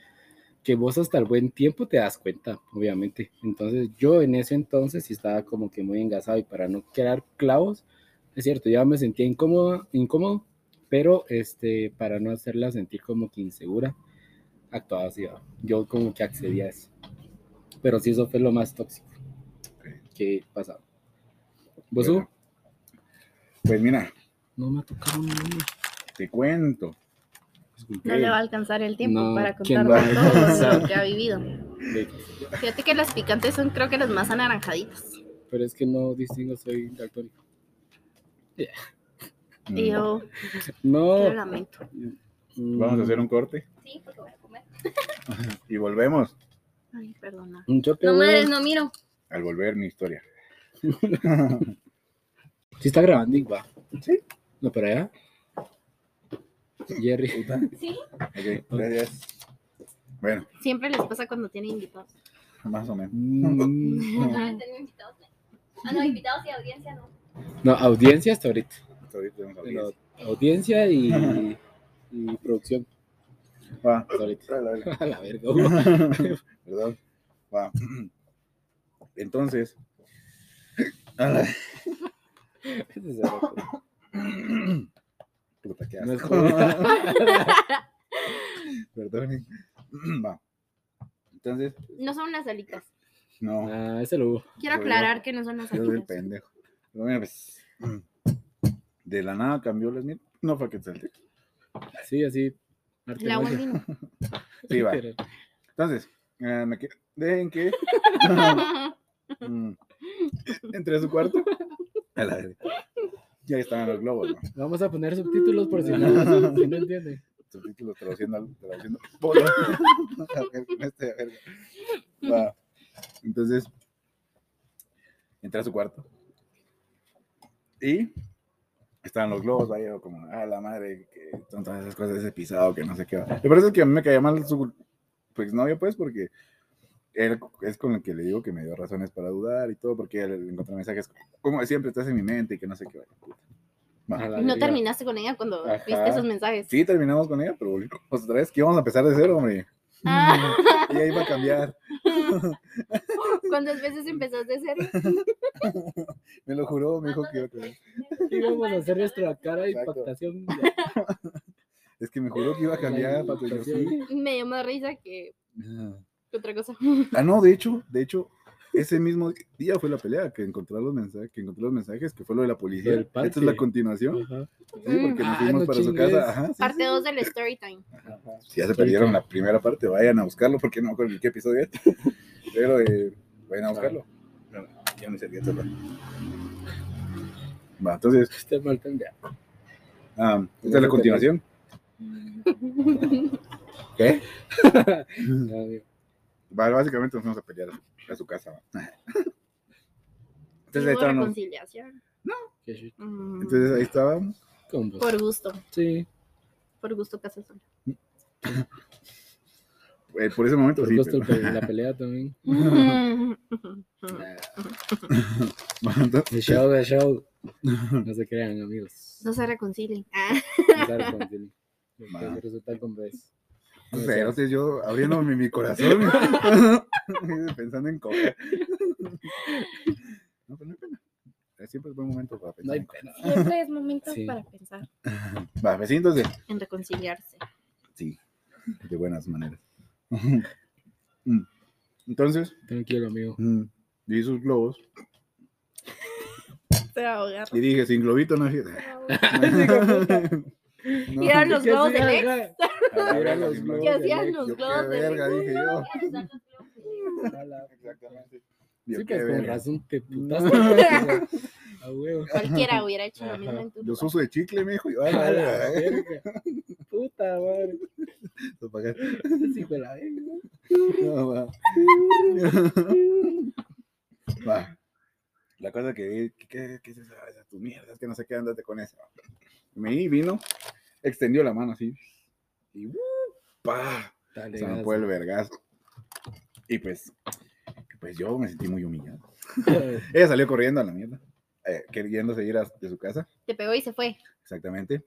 Que vos hasta el buen tiempo te das cuenta, obviamente. Entonces, yo en ese entonces sí estaba como que muy engasado y para no quedar clavos, es cierto, ya me sentía incómoda, incómodo, pero este, para no hacerla sentir como que insegura, actuaba así. ¿va? Yo como que accedía a eso. Pero sí, eso fue lo más tóxico que pasaba. ¿Vos
Bueno.
Hugo?
Pues mira,
No me ha tocado ninguno.
te cuento.
No le va a alcanzar el tiempo
No,
para
¿quién va a
contarnos todo
alcanzar?
lo que ha vivido.
De-
Fíjate que las picantes son creo que las más anaranjaditas.
Pero es que no distingo, soy daltónico.
Y yo lo
No.
lamento.
Mm. Vamos a hacer un corte
Sí, porque voy a comer.
y volvemos.
Ay, perdona.
un choque.
No
Hugo.
madres, no miro.
Al volver mi historia.
Sí está grabando, igual.
Sí.
No, pero allá. Jerry.
Puta.
Sí.
Ok, gracias. Bueno,
Siempre les pasa cuando tienen invitados.
más o menos.
Mm,
Ah, tengo invitados. Ah, no, invitados y audiencia no.
No, audiencia hasta ahorita.
Hasta ahorita tenemos
Pero
audiencia.
audiencia y, y producción
Va.
hasta ahorita.
A la verga.
A la verga, Hugo.
Perdón. Va. Entonces. a la-
Ese es el otro.
Puta, qué
No es
asco.
joda.
Perdonen. Va. Entonces,
No son unas alitas.
no.
Ah, ese lo hubo.
Quiero
Yo
aclarar
digo-
que no son unas
Yo soy el
alitas.
pendejo. Pero mira, pues. De la nada cambió la Smith. No fue que salte.
Sí, así. arte
La
magia.
Wendy no.
Sí, va.
Literal.
Entonces, eh, me quedé en que. Mm. Entré a su cuarto. A la verga. Y ahí estaban los globos, ¿no?
Vamos a poner subtítulos por si no, si no entienden.
Subtítulos traduciendo algo, traduciendo. Bola. A ver, con este, a ver. Va. Entonces, entré a su cuarto. Y estaban los globos, ahí yo como, ah, la madre, que son todas esas cosas, ese pisado, que no sé qué va. Lo peor es que a mí me caía mal su pues novio, pues, porque él es con el que le digo que me dio razones para dudar y todo, porque él encontró mensajes como siempre estás en mi mente y que no sé qué va.
A la
No
verga.
terminaste con ella cuando
Ajá.
viste esos mensajes.
Sí, terminamos con ella, pero volvimos otra vez, que íbamos a empezar de cero, hombre.
Ah.
Ella iba a cambiar,
¿Cuántas veces empezaste a ser?
me Ah, lo juró, me dijo que iba a cambiar.
Y vamos a hacer nuestra cara de
Exacto.
impactación.
Es que me juró que iba a cambiar,
La
pato, y yo,
impactación.
Me dio más risa que
sí.
que otra cosa.
Ah, no, de hecho, de hecho, ese mismo día fue la pelea, que encontré los mensajes, que encontré los mensajes, que fue lo de la policía.
Lo del parque.
Esta es la continuación,
Ajá.
sí, porque
Ah,
nos fuimos
no
para su
chingues.
casa. Ajá, sí, sí.
Parte 2 del story time.
Si ya se perdieron la primera parte, vayan a buscarlo, porque no me acuerdo en qué episodio es. Pero eh, vayan a buscarlo. Ah. No, ya me serví esto, va. Va, entonces,
Está mal cambiado.
ah, esta es la continuación. ¿Qué?
Ah, digo,
Va, básicamente nos vamos a pelear a su, a su casa. va. Entonces ahí
Hubo
estábamos.
reconciliación.
qué shit.
Mm,
Entonces ahí estábamos.
Con vos.
Por gusto.
Sí,
Por gusto casa sola.
eh, por ese momento
por
sí.
gusto
pero-
pe- la pelea también.
Bueno, entonces,
El show, el show. No se crean, amigos.
No se reconcilien. Ah,
Empezar con Tilly.
Ma.
Entonces, Resulta con vez.
no sé, no sé, yo abriendo mi, mi corazón. pensando en coger. No, pero no hay pena. Eh, Siempre es buen momento para pensar.
No hay
en
pena.
Siempre es momento
Sí.
para pensar
Va, pues sí, entonces.
en reconciliarse.
Sí, de buenas maneras. Mm. Entonces,
Tranquilo, amigo.
mm, di sus globos
Te va a ahogar.
y dije, sin globito no hay fiesta.
Ah,
No,
Y
a
eran los globos del ex.
ex.
la verga,
los
sin
globos
globito,
del ex.
yo
los
qué
globos del
verga, dije yo. Exactamente. Yo
Sí,
qué
pues con
verga.
razón te putaste. o sea, A huevo.
Cualquiera hubiera hecho lo mismo
Ajá.
en tu
Los
lugar.
uso de chicle, mijo. y yo, a la
A la
verga, eh,
verga. Puta madre.
lo pagué.
Sí, con la verga.
Pues, No, va. Va. La cosa que que- que que es esa? Esa tu mierda, es que no sé qué, andate con eso. Me vino, extendió la mano así. Y ¡uh! ¡pa!
Dale,
Se me
gas.
fue el vergazo. Y pues, pues yo me sentí muy humillado. Ella salió corriendo a la mierda, eh, queriendo seguir a- de su casa,
Te pegó y se fue.
exactamente.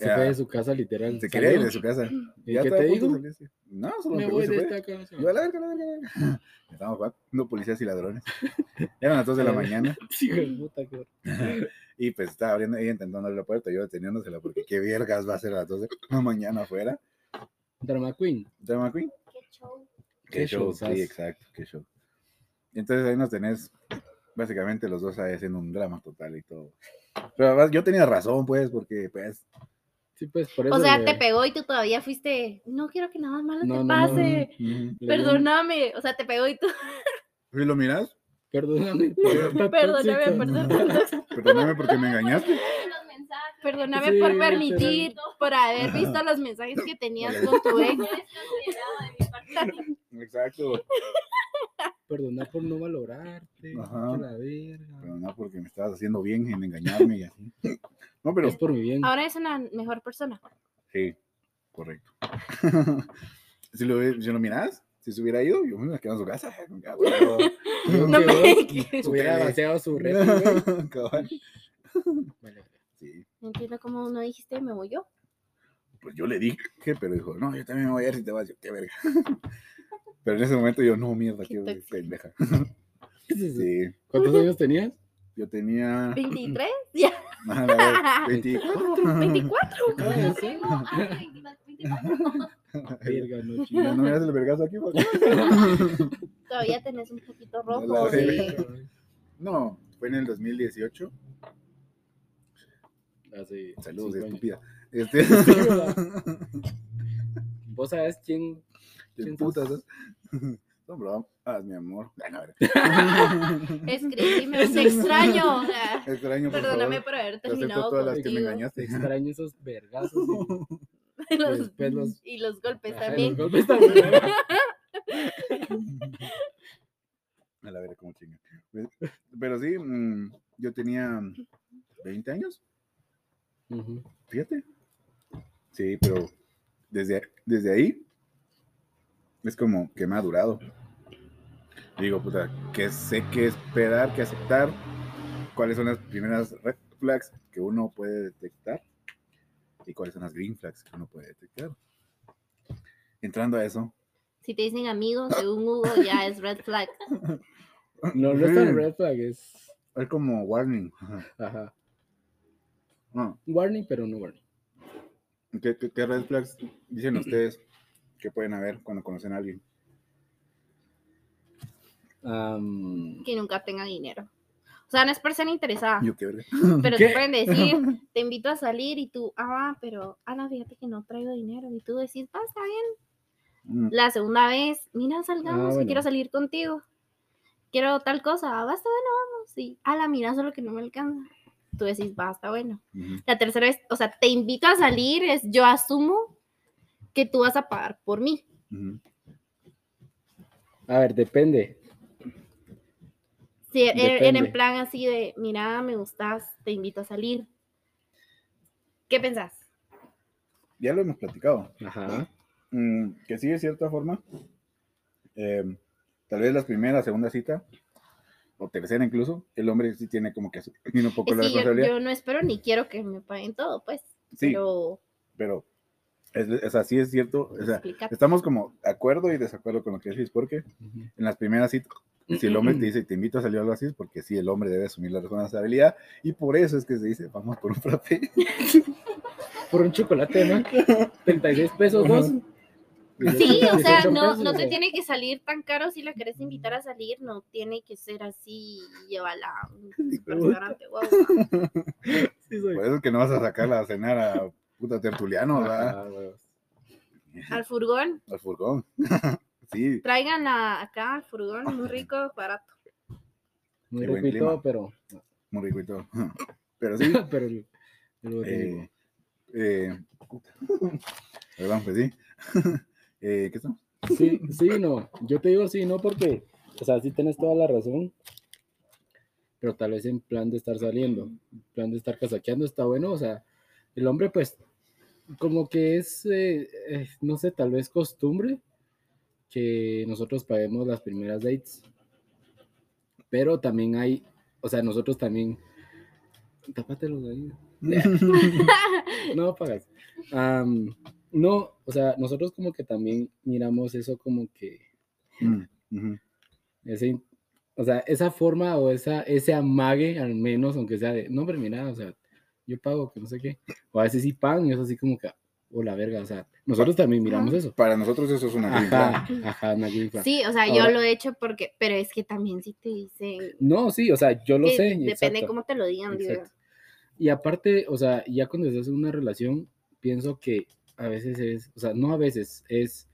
Se
Ya,
fue de su casa literal.
se quería ir
Salió.
de su casa.
¿Y
Ya
qué
estaba
te
a punto de
dijo?
salirse. No, solo
Me
me pegó y
voy
se
de
fue.
esta casa.
Yo, a la verga, a la verga, a la verga. Estamos jugando policías y ladrones. Eran las 2 de la mañana
Sí, hijo de puta, qué horror.
y pues estaba abriendo ella intentando abrir la puerta, yo deteniéndosela porque qué vergas va a ser a las 2 de la mañana afuera.
Drama Queen.
Drama Queen.
Qué show.
Qué,
Qué
show,
showzazo.
sí, exacto, qué show. Entonces ahí nos tenés básicamente los dos ahí haciendo un drama total y todo. Pero además, yo tenía razón, pues, porque pues
Sí, pues por eso.
O sea,
le-
te pegó y tú todavía fuiste. No quiero que nada malo
No, no,
te
no,
pase.
mm,
le-
Perdóname. O sea, te pegó y tú.
¿y lo mirás?
Perdóname.
Perdóname, perdóname.
Perdóname porque me engañaste.
Ah, Los mensajes.
Perdóname
Sí,
por
literal.
permitir, por haber visto los mensajes que tenías con tu ex.
No es considerado de mi parte.
Exacto.
Perdonar por no valorarte.
Ajá.
que la verga.
Pero no porque me estabas haciendo bien en engañarme y así. No, pero
Es por mi bien.
Ahora es una mejor persona.
Sí, correcto. si, lo, ve- si lo miras, si se hubiera ido, yo me quedo en su casa. Ya, güey,
Yo
No
que
me-
vos Hubiera
Chupele.
vaciado su red.
no. Cabal. Sí,
No entiendo cómo no dijiste, me voy yo.
pues yo le dije, pero dijo, no, yo también me voy a ir si te vas, yo, qué verga. pero en ese momento yo, no, mierda,
Qué
qué,
tóxico.
pendeja.
¿Qué es eso?
Sí,
¿Cuántos años tenías?
Yo tenía.
23,
a la
Ah,
vez, 24.
24.
Yo tengo año 24, 24.
Verga, no,
Ya
chingada.
no me hagas el vergazo aquí, porque-
Todavía tenés un poquito
la
rojo de
verga. No, fue en el 2018.
Hace
Saludos,
cinco años.
estúpida. Este.
Sí, ¿verdad? Vos sabés quién.
¿Quién
¿Quién
putas?
sos?
¿eh? No, bro, ah, mi amor. Ay, no, a ver.
escribirme, te extraño. o sea,
Extraño, por
Perdóname
favor.
por haber
Te acepto
terminado
todas las que me
contigo.
Te
engañaste.
extraño esos vergazos. y-
Y los-
Después los-
Y los golpes
Ajá,
Pues también.
los golpes también.
A la ver, cómo chinga. Pues, Pero sí, mm, yo tenía 20 años,
Ujú.
fíjate. Sí, pero desde, desde ahí es como que me ha durado. Digo, puta, que sé qué esperar, qué aceptar, cuáles son las primeras red flags que uno puede detectar y cuáles son las green flags que uno puede detectar. Entrando a eso.
Si te dicen amigo, según Hugo, ya es red flag.
No, no es tan
Ujú.
red flag, es.
Es como warning.
Ajá.
No,
Warning, pero no warning.
¿Qué, qué, qué red flags dicen ustedes que pueden haber cuando conocen a alguien?
Am,
Que nunca tenga dinero. O sea, no es persona interesada.
Yo qué verga.
Pero
¿Qué?
te pueden decir, te invito a salir y tú, ah, pero Ana, fíjate que no traigo dinero. Y tú decís, "Ah, está bien.
Mm,
La segunda vez, mira, salgamos, que
Ah, bueno.
quiero salir contigo. Quiero tal cosa, "Ah, basta, bueno, vamos. Y, a la mira, solo que no me alcanza. Tú decís, basta, bueno.
ujú.
La tercera vez, o sea, te invito a salir, es yo asumo que tú vas a pagar por mí.
Ujú.
A ver, depende.
Si er- er- era
Depende.
en plan así de, mira, me gustas, te invito a salir. ¿Qué pensás?
Ya lo hemos platicado.
Ajá.
Mm, que sí, de cierta forma. eh, tal vez las primeras, segunda cita, o tercera incluso, el hombre sí tiene como que asumir un poco
Es
la
que yo,
responsabilidad.
yo no espero ni quiero que me paguen todo, pues.
Sí.
Pero
Pero, es, o sea, sí es cierto. O sea,
explícate.
estamos como de acuerdo y desacuerdo con lo que decís, porque
Ujú.
en las primeras citas, pues, si el hombre te dice, te invito a salir o algo así, es porque sí, el hombre debe asumir la responsabilidad. Y por eso es que se dice, vamos por un frappé.
Por un chocolate de Mac, 36 pesos, dos.
Sí, o sea,
18
no,
pesos,
no
o
te
sea.
tiene que salir tan caro si la querés invitar a salir, no tiene que ser así, llévala a un restaurante, guau.
Sí, soy.
Por eso es que no vas a sacarla a cenar a puta tertuliano, ¿verdad?
Ajá, huevos.
Al furgón,
Al furgón. sí,
tráiganla acá al furgón, muy rico, barato.
Muy
Qué buen
rico y todo,
clima.
pero.
muy rico y todo. Pero sí.
pero el- el
eh,
organismo.
eh, perdón, pues sí. Eh, ¿Qué estamos?
Sí, sí, no. Yo te digo sí, no, porque, o sea, sí tienes toda la razón, pero tal vez en plan de estar saliendo, en plan de estar casaqueando está bueno, o sea, el hombre pues como que es, eh, eh, no sé, tal vez costumbre que nosotros paguemos las primeras dates, pero también hay, o sea, nosotros también, tapátelos ahí. No, pagas. Am, no, o sea, nosotros como que también miramos eso como que,
Mm, ujú.
ese, in- o sea, esa forma o esa, ese amague al menos, aunque sea de, no, hombre, mira, o sea, yo pago, que no sé qué. O a veces sí pagan y es así como que, o la verga, o sea, nosotros también miramos eso.
Para nosotros eso es una green
Ajá,
flag.
ajá, una green flag.
Sí, o sea, yo
Ahora-
lo he hecho porque, pero es que también si te dicen,
No, sí, o sea, yo lo
que
sé.
depende
exacto.
cómo te lo digan, digo.
Exacto. Y aparte, o sea, ya cuando estás en una relación, pienso que a veces es, o sea, no a veces, es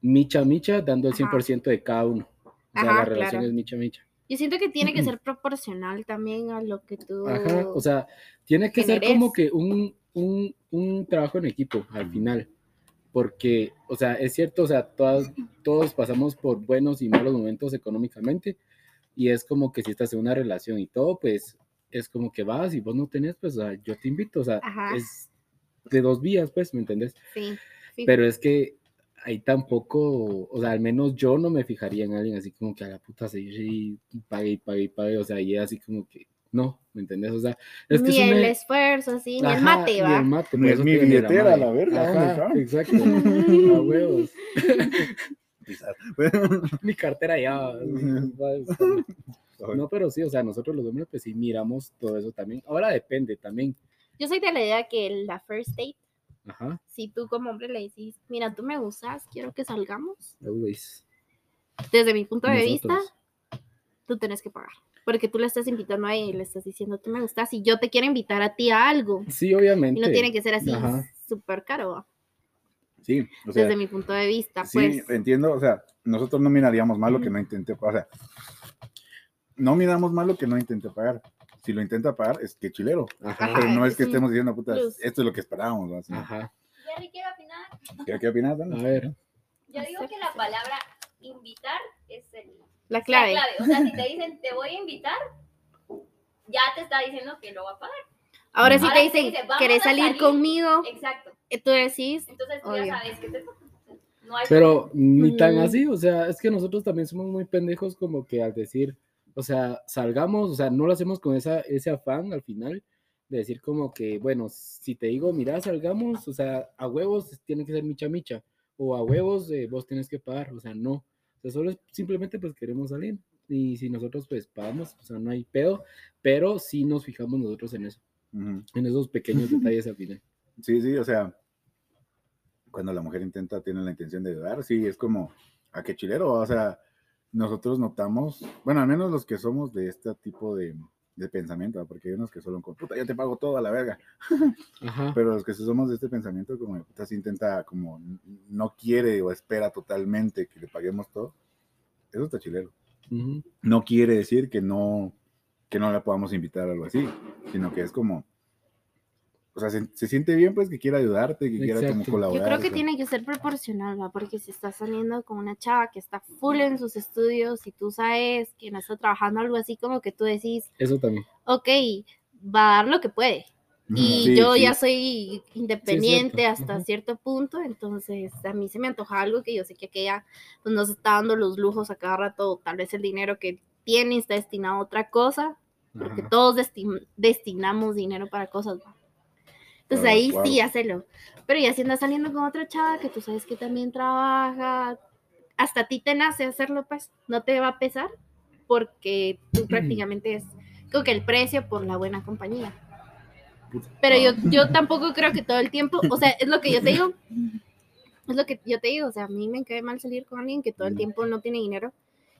micha micha dando el
Ajá.
100% de cada uno. O sea,
Ajá,
la relación
claro.
es micha micha.
Yo siento que tiene que ser proporcional también a lo que tú...
Ajá, o sea, tiene que ser como que
Generes.
un, un, un trabajo en equipo al
Ujú.
final. Porque, o sea, es cierto, o sea, todas, todos pasamos por buenos y malos momentos económicamente. Y es como que si estás en una relación y todo, pues es como que vas y vos no tenés, pues o sea, yo te invito, o sea,
Ajá.
es de dos vías, pues, ¿me entendés?
sí, sí.
Pero es que ahí tampoco, o sea, al menos yo no me fijaría en alguien así como que a la puta se y pague y pague y pague, o sea, y es así como que no, ¿me entendés? O sea, es que
ni
es
el
una-
esfuerzo, sí, ni el
Ajá,
mate,
Ni
va.
el mate,
Ni
por
es
eso
mi
te venden
billetera,
madre.
la verga, ¿dónde
Ajá,
está?
Exacto. A huevos.
Quizás.
Mi cartera ya. va, va, va.
Ajá.
No, pero sí, o sea, nosotros los hombres, pues sí, miramos todo eso también. Ahora depende también.
Yo soy de la idea que la first date,
Ajá,
si tú como hombre le decís, mira, tú me gustas, quiero que salgamos,
always.
desde mi punto de vista,
Nosotros.
tú tenés que pagar. Porque tú le estás invitando a ella y le estás diciendo, tú me gustas y yo te quiero invitar a ti a algo.
Sí, obviamente.
Y no tiene que ser así
Ajá.
súper caro,
Sí, o sea,
desde mi punto de vista.
sí,
eh,
pues,
entiendo, o sea, nosotros no miraríamos mal lo que
Ah, Ujú.
no intente pagar, o sea, no miramos mal lo que no intente pagar. Si lo intenta pagar, es que chilero.
Ajá.
Pero no
Ah,
es que
es un
estemos diciendo, puta,
plus.
esto es lo que esperábamos. ¿no? Sino,
Ajá.
Jerry, quiero opinar.
¿Qué, qué opinas,
A
Dani?
ver.
Yo digo que la
Acéptese.
palabra invitar es el-
la
la
clave.
clave. O sea, si te dicen te voy a invitar, ya te está diciendo que lo va a pagar.
Ahora sí
Ahora
te
sí te
dicen,
dice, "Vamos
¿querés
a
salir
salir".
conmigo?
Exacto.
Eh, Tú decís,
Entonces tú
Obvio.
ya sabes que te toca. No hay
Pero ni tan
Mm.
así, o sea, es que nosotros también somos muy pendejos como que al decir, o sea, salgamos, o sea, no lo hacemos con esa, ese afán al final de decir como que, bueno, si te digo, mira, salgamos, o sea, a huevos tiene que ser micha micha, o a huevos eh, vos tienes que pagar, o sea, no, o sea, solo es- simplemente pues queremos salir. Y si nosotros pues pagamos, o sea, no hay pedo, pero sí nos fijamos nosotros en eso,
Ujú.
en esos pequeños detalles al final.
Sí, sí, o sea, cuando la mujer intenta, tiene la intención de ayudar, sí, es como, ¿a qué chilero? O sea, nosotros notamos, bueno, al menos los que somos de este tipo de, de pensamiento, ¿va? porque hay unos que solo con, puta, yo te pago todo a la verga,
Ajá.
pero los que sí somos de este pensamiento, como, de, puta, sí intenta, como, n- no quiere o espera totalmente que le paguemos todo, eso está chilero.
Ujú.
No quiere decir que no, que no la podamos invitar o algo así, sino que es como... O sea, se, se siente bien, pues, que quiera ayudarte, que quiera como
Exacto. Yo
colaborar.
yo creo
o
que
sea.
tiene que ser proporcional, ¿va? Porque si estás saliendo con una chava que está full en sus estudios y tú sabes que no está trabajando algo así, como que tú decís,
Eso también.
ok, va a dar lo que puede. Y
Sí,
yo
sí.
ya soy independiente hasta
Ujú.
cierto punto, entonces a mí se me antoja algo que yo sé que aquella pues, no se está dando los lujos a cada rato, tal vez el dinero que tiene está destinado a otra cosa, porque
Ajá.
todos desti- destinamos dinero para cosas. ¿no? Entonces
Claro,
ahí
claro.
sí, hacelo. Pero ya si andas saliendo con otra chava que tú sabes que también trabaja, hasta a ti te nace hacerlo, pues no te va a pesar porque tú prácticamente es como que el precio por la buena compañía. Pero yo, yo tampoco creo que todo el tiempo, o sea, es lo que yo te digo, es lo que yo te digo, o sea, a mí me cae mal salir con alguien que todo el tiempo no tiene dinero,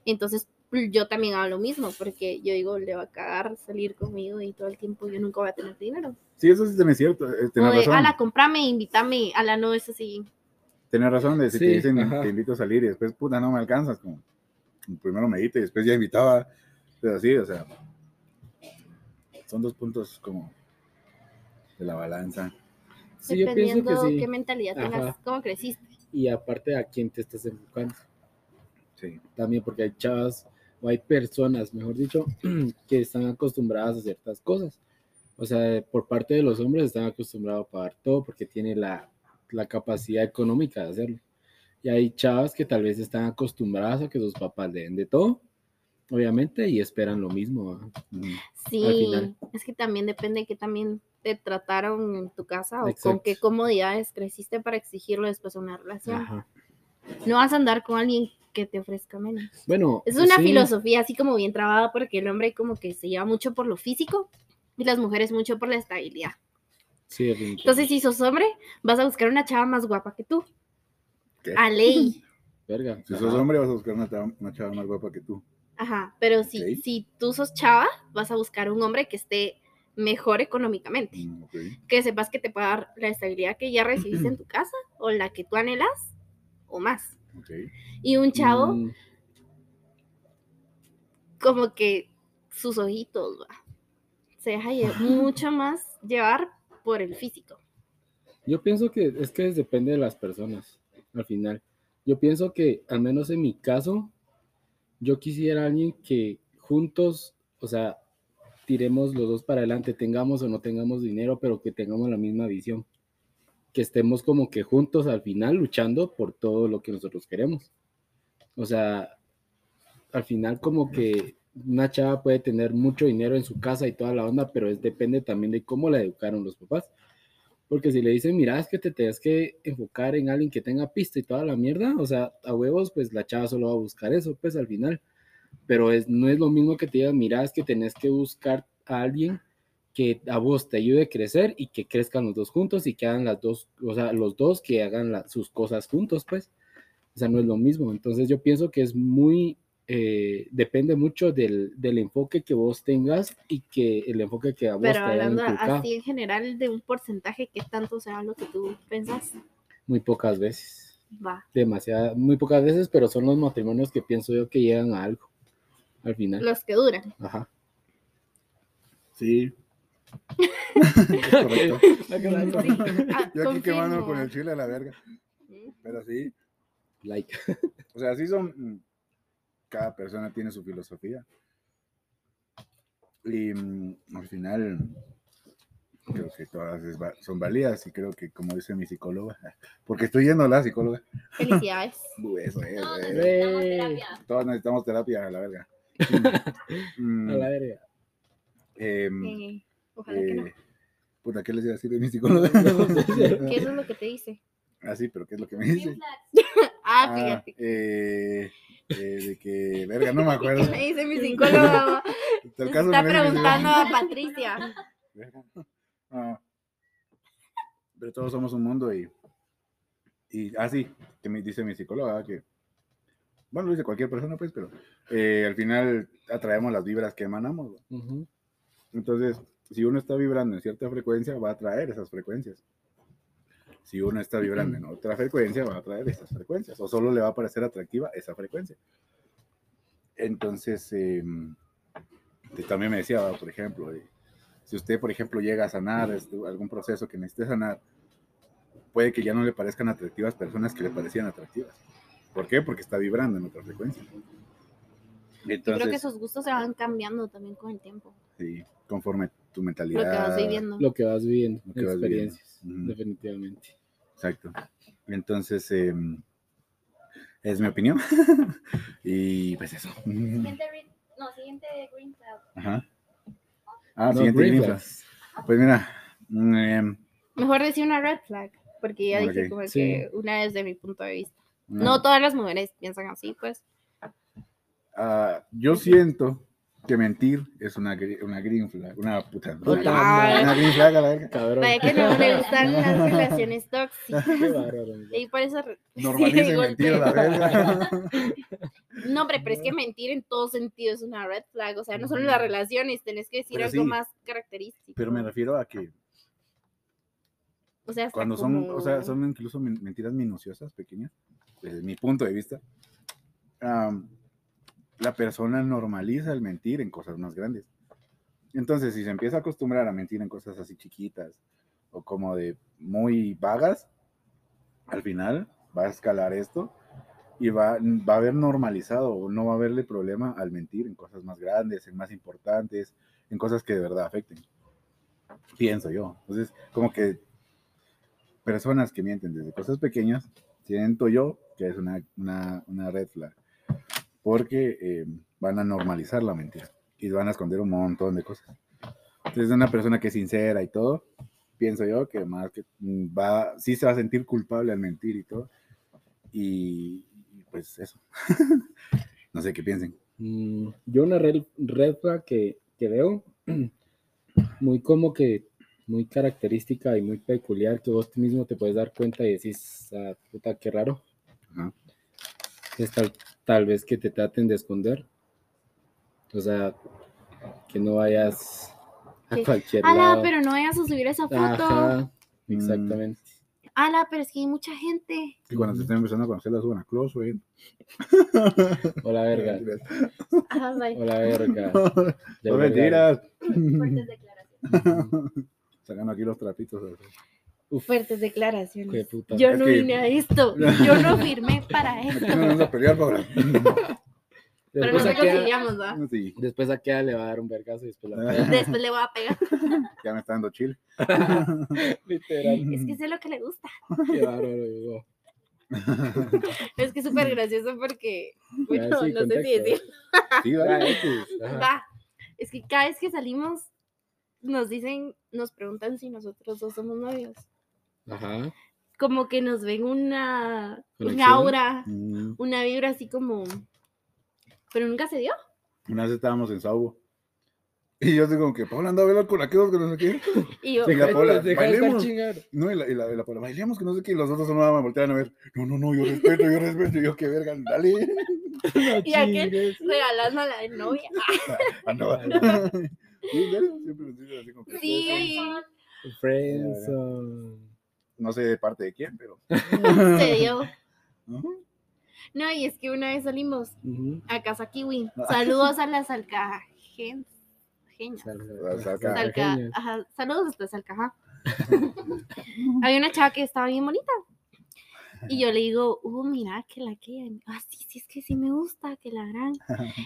entonces yo también hago lo mismo, porque yo digo, le va a cagar salir conmigo y todo el tiempo yo nunca voy a tener dinero.
Sí, eso sí tenés cierto, eh,
Como
tenés
de,
razón.
ala, comprame, invítame, ala, no, es así.
Tenés razón de si te
Sí,
dicen
ajá.
te invito a salir y después, puta, no me alcanzas. Como, primero me diste y después ya invitaba. Pero sí, o sea, son dos puntos como de la balanza.
Sí, yo pienso
dependiendo
que sí.
qué mentalidad tengas,
Ajá.
cómo creciste.
Y aparte a quién te estás enfocando.
Sí.
También porque hay chavas o hay personas, mejor dicho, que están acostumbradas a ciertas cosas. O sea, por parte de los hombres están acostumbrados a pagar todo porque tiene la, la capacidad económica de hacerlo. Y hay chavas que tal vez están acostumbradas a que sus papás le den de todo, obviamente, y esperan lo mismo. ¿va?
Ujú.
Sí,
final.
es que también depende que también te trataron en tu casa o con
Exacto.
qué comodidades creciste para exigirlo después de una relación.
Ajá.
No vas a andar con alguien que te ofrezca menos.
Bueno,
Es una
Pues sí,
filosofía así como bien trabada porque el hombre como que se lleva mucho por lo físico y las mujeres mucho por la estabilidad.
Sí, definitivamente.
Entonces, si sos hombre, vas a buscar una chava más guapa que tú.
¿Qué?
A ley.
Verga.
Si sos
Ajá.
hombre, vas a buscar una, chava- una chava más guapa que tú.
Ajá, pero si,
Ok.
si tú sos chava, vas a buscar un hombre que esté mejor económicamente.
Mm, ok.
que sepas que te pueda dar la estabilidad que ya recibiste en tu casa o la que tú anhelas o más.
ok.
Y un chavo
Mm,
como que sus ojitos va, se deja lle- mucho más llevar por el físico.
Yo pienso que es que depende de las personas, al final. Yo pienso que, al menos en mi caso, yo quisiera alguien que juntos, o sea, tiremos los dos para adelante, tengamos o no tengamos dinero, pero que tengamos la misma visión. Que estemos como que juntos al final luchando por todo lo que nosotros queremos. O sea, al final como que una chava puede tener mucho dinero en su casa y toda la onda, pero es, depende también de cómo la educaron los papás. Porque si le dicen, mira, es que te tienes que enfocar en alguien que tenga pista y toda la mierda, o sea, a huevos, pues la chava solo va a buscar eso, pues al final. pero es, no es lo mismo que te digan, mira, es que tenés que buscar a alguien que a vos te ayude a crecer y que crezcan los dos juntos y que hagan las dos, o sea, los dos que hagan la- sus cosas juntos, pues. O sea, no es lo mismo. Entonces yo pienso que es muy, eh, depende mucho del, del enfoque que vos tengas y que el enfoque que a vos
Pero
te hayan
hablando
inculcado.
así en general de un porcentaje, ¿qué tanto será lo que tú pensás?
Muy pocas veces.
Va.
Demasiada, muy pocas veces, pero son los matrimonios que pienso yo que llegan a algo. Al
Eh.
final.
Los que duran.
Ajá.
Sí. Es correcto.
Sí. Ah,
Yo aquí quemándome
confirmo.
con el chile a la verga. Pero sí.
Like.
O sea, sí son. mm, Cada persona tiene su filosofía. Y mm, al final, creo que todas es va- son válidas. Y creo que, como dice mi psicóloga, porque estoy yendo a la psicóloga.
Felicidades.
Uh, Eso es.
No,
eh.
necesitamos
Eh.
terapia.
Todos necesitamos terapia, a la verga. Mm,
A la verga.
em,
Eh, ojalá que no.
eh, puta, ¿qué les iba a decir de mi psicóloga?
Que eso es lo que te dice.
ah, sí, pero ¿qué es lo que me
Green
dice?
flags.
Ah,
Ah,
fíjate.
eh, eh, de que, verga, no me acuerdo.
¿Qué me dice mi psicólogo?
Tal caso
Está
me dice mi
preguntando
psicóloga.
a Patricia.
Verga. Ah, pero todos somos un mundo y, y así, que me dice mi psicóloga que, bueno, lo dice cualquier persona, pues, pero eh, al final atraemos las vibras que emanamos. güey.
Ujú.
Entonces, si uno está vibrando en cierta frecuencia, va a atraer esas frecuencias. Si uno está vibrando en otra frecuencia, va a atraer esas frecuencias. O solo le va a parecer atractiva esa frecuencia. Entonces, eh, te- también me decía, por ejemplo, eh, si usted, por ejemplo, llega a sanar es- algún proceso que necesite sanar, puede que ya no le parezcan atractivas personas que le parecían atractivas. ¿Por qué? Porque está vibrando en otra frecuencia.
Yo Creo que
Entonces,
sus gustos se van cambiando también con el tiempo.
sí, conforme tu
Lo
mentalidad.
que vas viviendo.
Lo que vas viviendo,
Lo que vas viviendo. Mm.
experiencias,
Ujú.
definitivamente.
Exacto. Entonces, em, es mi opinión. y pues eso.
Siguiente red- No, siguiente green flag.
Ajá. Ah,
No,
siguiente
green
green
flags.
flag. Pues mira, mm, em,
Mejor decir una red flag, porque ya
Ok, Ah.
dije como
sí.
que una desde mi punto de vista.
una-
No todas las mujeres piensan así, pues.
ah, yo siento que mentir es una, gri- una green flag, una puta. Una,
Puta
madre.
una green flag a la verga.
Cabrón.
Para que no le gustan las relaciones tóxicas.
Qué bárbaro, ¿no?
Y por eso. re- sí,
Normalicen
de
mentir a la
golpe.
verga.
No, hombre, pero es que mentir en todo sentido es una red flag. O sea, no solo en las relaciones, tenés que decir
Pero
algo
sí.
más característico.
Pero me refiero a que
O sea, hasta
cuando son, o sea,
como-
son incluso men- mentiras minuciosas, pequeñas, desde mi punto de vista, am, la persona normaliza el mentir en cosas más grandes. Entonces, si se empieza a acostumbrar a mentir en cosas así chiquitas o como de muy vagas, al final va a escalar esto y va, va a haber normalizado o no va a haberle problema al mentir en cosas más grandes, en más importantes, en cosas que de verdad afecten. Pienso yo. Entonces, como que personas que mienten desde cosas pequeñas, siento yo que es una, una, una red flag, porque eh, van a normalizar la mentira y van a esconder un montón de cosas. Entonces, una persona que es sincera y todo, pienso yo que más que mm, va, sí se va a sentir culpable al mentir y todo, y, y pues eso. no sé qué piensen.
Mm, Yo una red, red flag que, que veo muy como que muy característica y muy peculiar que vos mismo te puedes dar cuenta y decís, ah, puta, qué raro.
Ajá.
Es tal, tal vez que te traten de esconder. O sea, que no vayas a
Que,
cualquier
Ala,
lado.
pero Ah, no vayas a subir esa foto.
Ajá, mm. exactamente.
Ala, pero es que hay mucha gente.
Y cuando te estén empezando a conocer, la suban a close, güey.
Hola, verga.
Ajá, bye.
Hola, verga. De
No
verga.
mentiras.
Fuertes declaraciones.
Ujú.
Sacando aquí los trapitos.
Uf,
Fuertes
qué
declaraciones.
puta.
Yo
Es
no
que-
vine a esto. Yo no firmé para esto.
Aquí no vamos a pelear, Paula.
Pero
Después
nos
cosa
aquella-
reconciliamos, ¿va?
Sí,
Después a queda le va a dar un vergazo y después la
Ah.
Después le voy a pegar.
ya me está dando chill.
Literal.
Es que sé lo que le gusta.
Qué bárbaro, digo.
Es que es súper gracioso porque. Bueno,
sí,
no sé si
contexto,
decir.
Sí,
Ah,
dale.
X, ajá.
Va. Es que cada vez que salimos, nos dicen, nos preguntan si nosotros dos somos novios.
Ajá.
Como que nos ven una,
Conexión.
una aura,
Mm,
una vibra así como. pero nunca se dio.
Una vez estábamos en Saubo. Y yo así como que, Paula, anda a bailar con aquellos que no sé qué.
Y yo,
Venga, Paula,
Deja de estar
bailemos.
chingando.
No, y la, y la, y la Paula, bailemos que no sé qué. Y los otros no me volteaban a ver. No, no, no, yo respeto, yo respeto. Y yo, qué verga, dale.
No
Y aquel-
chingues.
regalando a la de novia.
Ah, no. Sí, en serio, siempre nos dicen así como que-
Sí,
Friendzone.
No sé de parte de quién, pero.
se dio.
Ujú.
No, y es que una vez salimos
Ujú.
a Casa Kiwi.
Ah.
Saludos a las alcajeñas.
Salga-
Salga-
salga-
Salca-
genios.
ajá, saludos hasta Salcajá. Había una chava que estaba bien bonita. Y yo le digo, uh, mira, que la que, ah, sí, sí, es que sí me gusta, que la gran.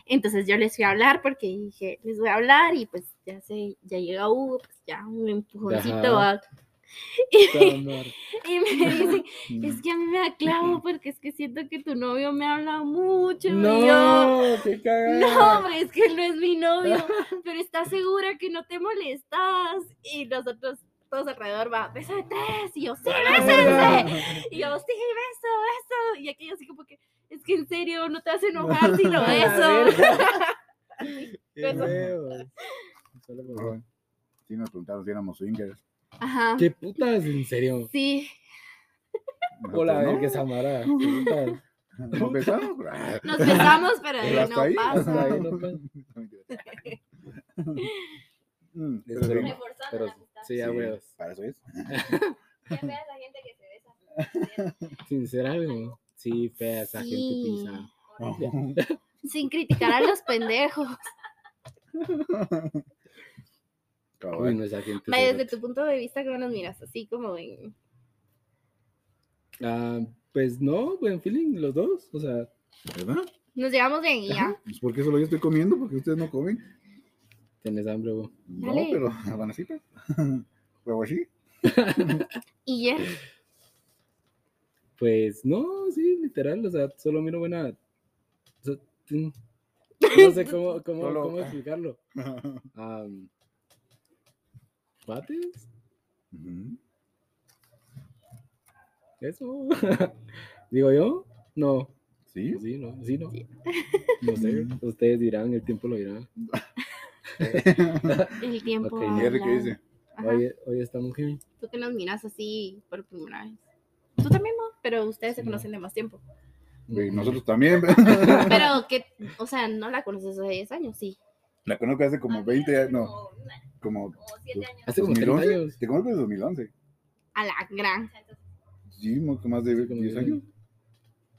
Entonces yo les fui a hablar porque dije, les voy a hablar y pues ya sé, ya llega uh, pues ya un empujoncito.
Ajá.
va. Y,
Samar.
y me dice,
Mm.
es que a mí me da clavo porque es que siento que tu novio me habla mucho. Y yo,
No, qué
no,
cagada.
hombre, es que él no es mi novio, pero ¿estás segura que no te molestas? Y nosotros, todos alrededor, va, beso de tres, y yo, sí, bésense, y yo, sí, beso, beso, y aquello así como que, es que en serio, no te vas a enojar si lo
A la
beso.
Qué
Beso.
huevos. Solo por-
Ujú. Sí, nos preguntaron si éramos swingers.
Ajá,
Qué putas, en serio.
sí,
Nosotros,
Hola,
no,
ver qué Samara. qué putas.
nos besamos, pero-
nos besamos, pero
Pero
ahí
hasta
no
ahí,
hasta
pasa.
ahí. no pasa.
Mm, pero
Es
sí,
broma.
Reforzando
Pero
la amistad.
sí, a
sí,
huevos.
Para eso es.
Qué fea esa gente que se besa.
Sinceramente. Sí, fea esa gente
Sí.
pisada.
Sin criticar a los pendejos.
Cabal.
Uy, no, esa gente.
Vaya,
se
Desde tu punto de vista, ¿cómo nos miras? Así como en...
Ah, pues no, buen feeling, los dos. O sea,
¿Verdad?
Nos llevamos bien y ya.
Pues porque solo yo estoy comiendo, porque ustedes no comen.
tenés hambre, vos.
No,
Dale.
pero van así, pues. Huevo así.
Y ya.
Pues no, sí, literal. O sea, solo miro buena. o sea, tin- no sé cómo, cómo,
Solo- ah.
cómo explicarlo. Am, ¿Pates?
Ujú.
Eso. Digo yo, no.
¿Sí?
Sí, no, sí, no. No sé, ustedes dirán, el tiempo lo dirá.
El tiempo.
Ok,
Y Jerry, ¿qué
habla.
dice?
Ajá.
Hoy, hoy estamos heavy.
tú que nos miras así por primera vez. Tú también no, pero ustedes se
Sí, no.
conocen de más tiempo.
Mm,
Güey, Nosotros también. ¿verdad?
Pero que, o sea, no la conoces hace 10 años, sí.
La conozco hace como 20 años, no, como
Como 7 años.
Hace como 30
2011.
años.
Te conozco desde 2011.
A la gran.
Sí, mo- que más de
Sí, como
10
diez
años.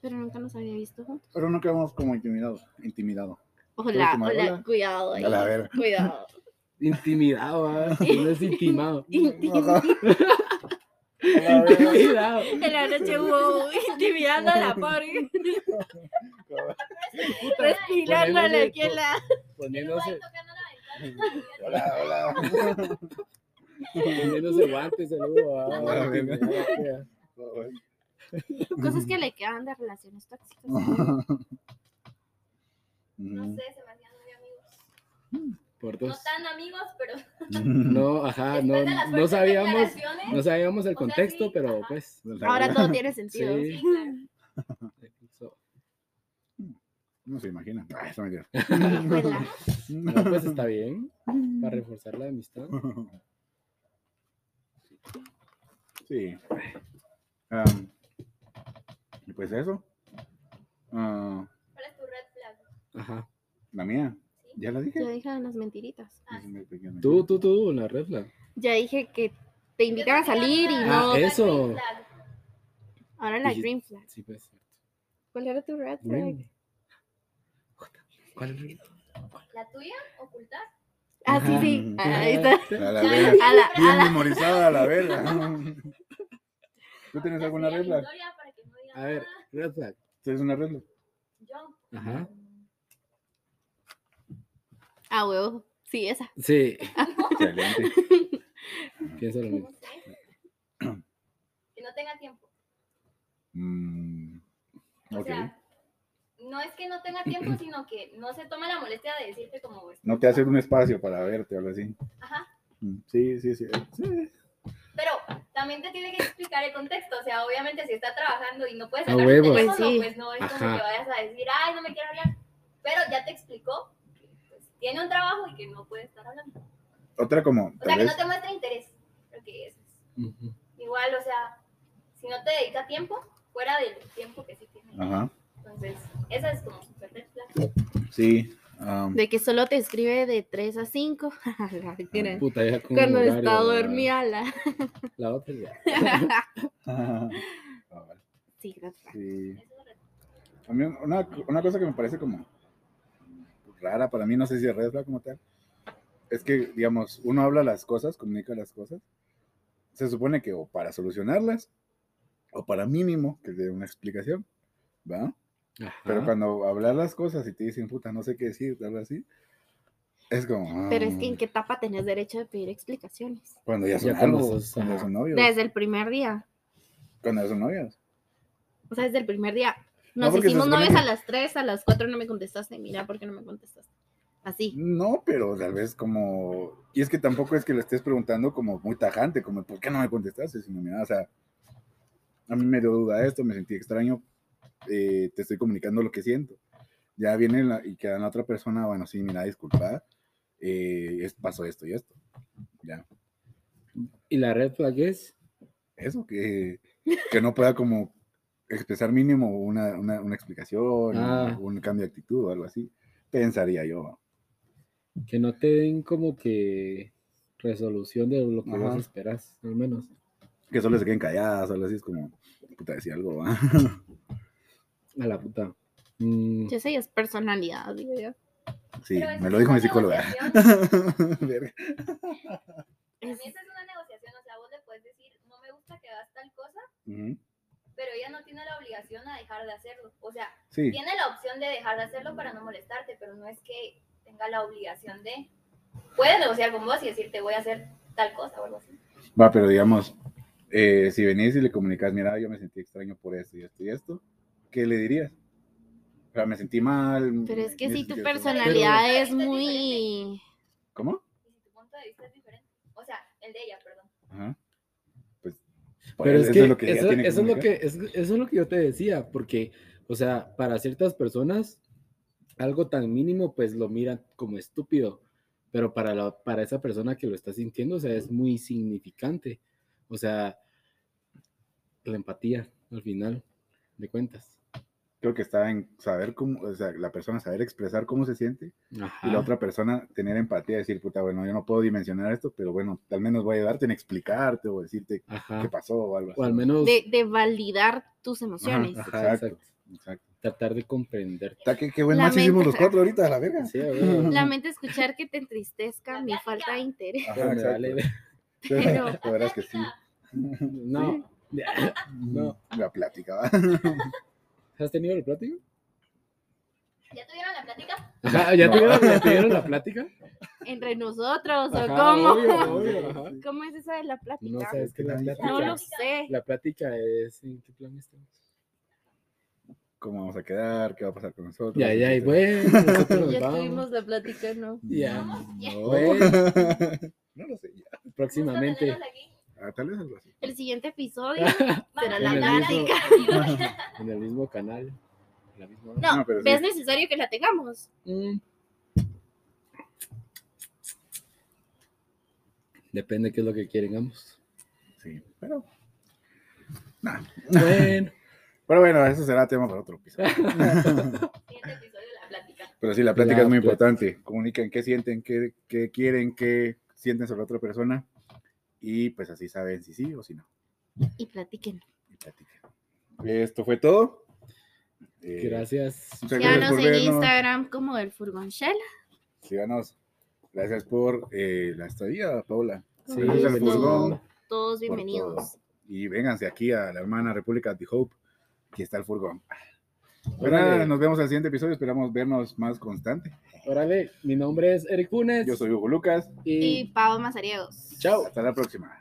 Pero nunca nos había visto juntos.
Pero no quedamos como intimidados. Intimidado.
Hola,
como,
hola,
hola.
cuidado ahí.
A la verga.
Cuidado.
Intimidado, ¿ah? Uno es intimado.
Ajá.
Intimidado.
En la noche hubo intimidando a la pobre, respirándole aquí en la. ah.
Poniéndose,
Hola, hola.
poniéndose guantes, saludo. ah,
A la verga.
intimidado,
Cosas que le quedan de relaciones tóxicas.
No sé, se me hacían muy amigos.
Por
No
Mm. dos.
tan amigos, pero.
No, ajá, no,
después de las
no
fuertes
sabíamos,
declaraciones,
no sabíamos el
O sea,
contexto,
sí,
pero
ajá.
pues.
Ahora todo tiene sentido.
Sí.
Sí, claro.
so-
No se imagina. Ah, esa mentira.
Hola.
no, pues está bien. Para reforzar la amistad.
Sí. Am, y pues eso. Ah,
¿Cuál es tu red flag?
Ajá.
la mía.
Sí.
Ya la
Ya
dije.
dije las mentiritas.
Ah,
Es una pequeña
Tú, tú, tú, la red flag.
Ya dije que te invitan a salir y
Ah,
no.
eh.
La
eso.
green flag.
Ahora la
Dije-
green flag.
Sí, pues.
¿Cuál era tu red flag?
Green. ¿Cuál es?
¿La tuya? ¿Ocultar?
Ah, sí, sí. Ahí está.
A la verga.
A la, a
Bien
la-
memorizada a la verga. ¿Tú tienes
Ya
alguna
sé la
regla?
historia para que no digan
A ver,
nada.
red flag.
¿Tienes una regla?
Yo,
Ajá.
a Ah, huevo. Sí, esa.
Sí,
Excelente.
pienso lo mismo.
no sé. que no tenga tiempo.
Mm,
O
ok.
sea, no es que no tenga tiempo, sino que no se toma la molestia de decirte como. este,
No te haces un espacio para verte o algo así.
Ajá.
Mm, Sí, sí, sí. sí.
Pero también te tiene que explicar el contexto. O sea, obviamente si está trabajando y no puedes
A
sacar tu
huevos.
teléfono,
Pues sí.
pues no es como
Ajá.
que vayas a decir, ay, no me quiero hablar. Pero ya te explicó que pues, tiene un trabajo y que no puede estar hablando.
Otra como,
O sea,
tal
que
vez,
no te muestra interés. Creo que eso es.
Ujú.
Igual, o sea, si no te dedica tiempo, fuera del tiempo que sí tiene.
ajá,
Entonces, esa es como super red flag.
sí, um, am,
De que solo te escribe de 3 a 5. La mentira.
Puta, ya con
Cuando
horario,
está
la-
dormida la...
La otra ya.
Ah, vale,
sí, red flag.
sí.
Esa es la red flag.
A mí una, una cosa que me parece como rara para mí, no sé si es red flag como tal, es que, digamos, uno habla las cosas, comunica las cosas, se supone que o para solucionarlas o para mínimo que dé una explicación, ¿va?
Ajá.
Pero cuando hablar las cosas y te dicen, puta, no sé qué decir, algo así, es como...
Pero es que
"Ah".
en qué etapa tenés derecho de pedir explicaciones.
Cuando ya son
Ya cuando
novios,
es,
cuando ya
ajá.
son novios.
Desde el primer día.
Cuando ya son novios.
O sea, desde el primer día.
No,
Nos
porque se
hicimos
supone
novios
que-
a las 3, a las 4 no me contestaste. Mira, ¿por qué no me contestaste? Así.
No, pero tal vez como. Y es que tampoco es que le estés preguntando como muy tajante, como ¿por qué no me contestaste? Sino, mira, o sea, a mí me dio duda esto, me sentí extraño, eh, te estoy comunicando lo que siento. Ya viene la- y queda la otra persona, bueno, sí, mira, disculpa, eh, es, pasó esto y esto. Ya,
Y la red flag es.
eso, que, que no pueda como expresar mínimo una, una, una explicación,
Ah.
un cambio de actitud o algo así, pensaría yo.
Que no te den como que resolución de lo que vos
Ajá.
esperas, al menos.
Que solo se queden calladas, solo así es como, puta, decía algo, ah". ¿va?
A la puta. Mm,
Yo sé, es personalidad, digo yo.
Sí,
Pero eso
me
es
lo dijo
una
mi psicóloga.
negociación.
Verga.
Para mí esa es una negociación, o sea, vos le puedes decir, no me gusta que hagas tal cosa,
Ujú,
pero ella no tiene la obligación a dejar de hacerlo. O sea,
Sí,
tiene la opción de dejar de hacerlo para no molestarte, pero no es que tenga la obligación de... Puedes negociar con vos y decirte, voy a hacer tal cosa o algo así.
va, pero digamos, eh, si venís y le comunicas, mira, yo me sentí extraño por esto y esto y esto, ¿qué le dirías? O sea, me sentí mal. mm,
Pero es que
me
si
sentí
tu
extraño.
personalidad
Pero-
es muy...
¿Cómo?
Y si tu punto de vista es diferente, o sea, el de ella, perdón.
Ajá. Pues, por
Pero
él,
es que
es lo ella
eso,
tiene
eso es lo
comunicar.
que es- eso es lo que yo te decía, porque, o sea, para ciertas personas, algo tan mínimo, pues lo miran como estúpido, pero para, la, para esa persona que lo está sintiendo, o sea, es muy significante. O sea, la empatía, al final de cuentas.
Creo que está en saber cómo, o sea, la persona saber expresar cómo se siente
Ajá.
y la otra persona tener empatía, decir, puta, bueno, yo no puedo dimensionar esto, pero bueno, al menos voy a ayudarte en explicarte o decirte
Ajá.
qué pasó o algo así.
O al menos
De, de validar tus emociones.
Pues Ajá,
Exacto.
exacto.
Exacto.
tratar de comprender.
Ta, Qué, qué buen
La
match hicimos
mente-
los cuatro ahorita, a la verga.
Sí, a ver,
Lamento escuchar que te entristezca mi falta de interés.
Ajá,
pero me
exacto.
vale.
Pero-
La verdad es que sí.
No. No.
La plática, ¿va?
¿Has tenido el plático?
¿Ya tuvieron la plática?
Ajá, ¿ya
No.
tuvieron, ya tuvieron la plática?
Entre nosotros,
Ajá,
¿o cómo?
obvio, obvio, ajá.
¿Cómo es esa de la plática?
No sabes que la
No
plática,
No lo sé.
la plática es en qué plan estamos.
¿Cómo vamos a quedar? ¿Qué va a pasar con nosotros?
Ya, ya, y
Etcétera.
bueno, nosotros nos
Ya
vamos.
tuvimos la plática, ¿no?
Ya.
No.
Bueno.
no lo sé. ya.
Próximamente.
Gusto tenerlos aquí.
Ah, tal vez algo así.
El siguiente episodio.
Vamos
Será
a
la
hablar de
plática.
cariño.
En el mismo canal. en la misma hora.
No,
No, pero sí.
¿ves necesario que la tengamos?
Mm. Depende qué es lo que quieren ambos.
Sí, pero.
Bueno,
Pero bueno, eso será tema para otro episodio.
Siguiente episodio, la plática.
Pero sí, la plática
La
es muy
plática.
importante. Comunican qué sienten, qué, qué quieren, qué sienten sobre otra persona. Y pues así saben si sí o si no.
Y platiquen.
Y platican. Esto fue todo. Eh,
gracias.
muchas gracias
Síganos
por
en
vernos.
Instagram como el Furgon Shell.
Síganos. Gracias por eh, la estadía, Paula.
Sí,
Sí,
Gracias al
feliz
furgón.
feliz-
Todos
por
bienvenidos.
todo. Y vénganse aquí a la hermana República de Hope, que está el furgón. Pero
Órale.
nada, nos vemos al siguiente episodio. Esperamos vernos más constante.
Órale, mi nombre es Eric Funes.
Yo soy Hugo Lucas.
y
Y Pau Mazariegos.
chao.
Hasta la próxima.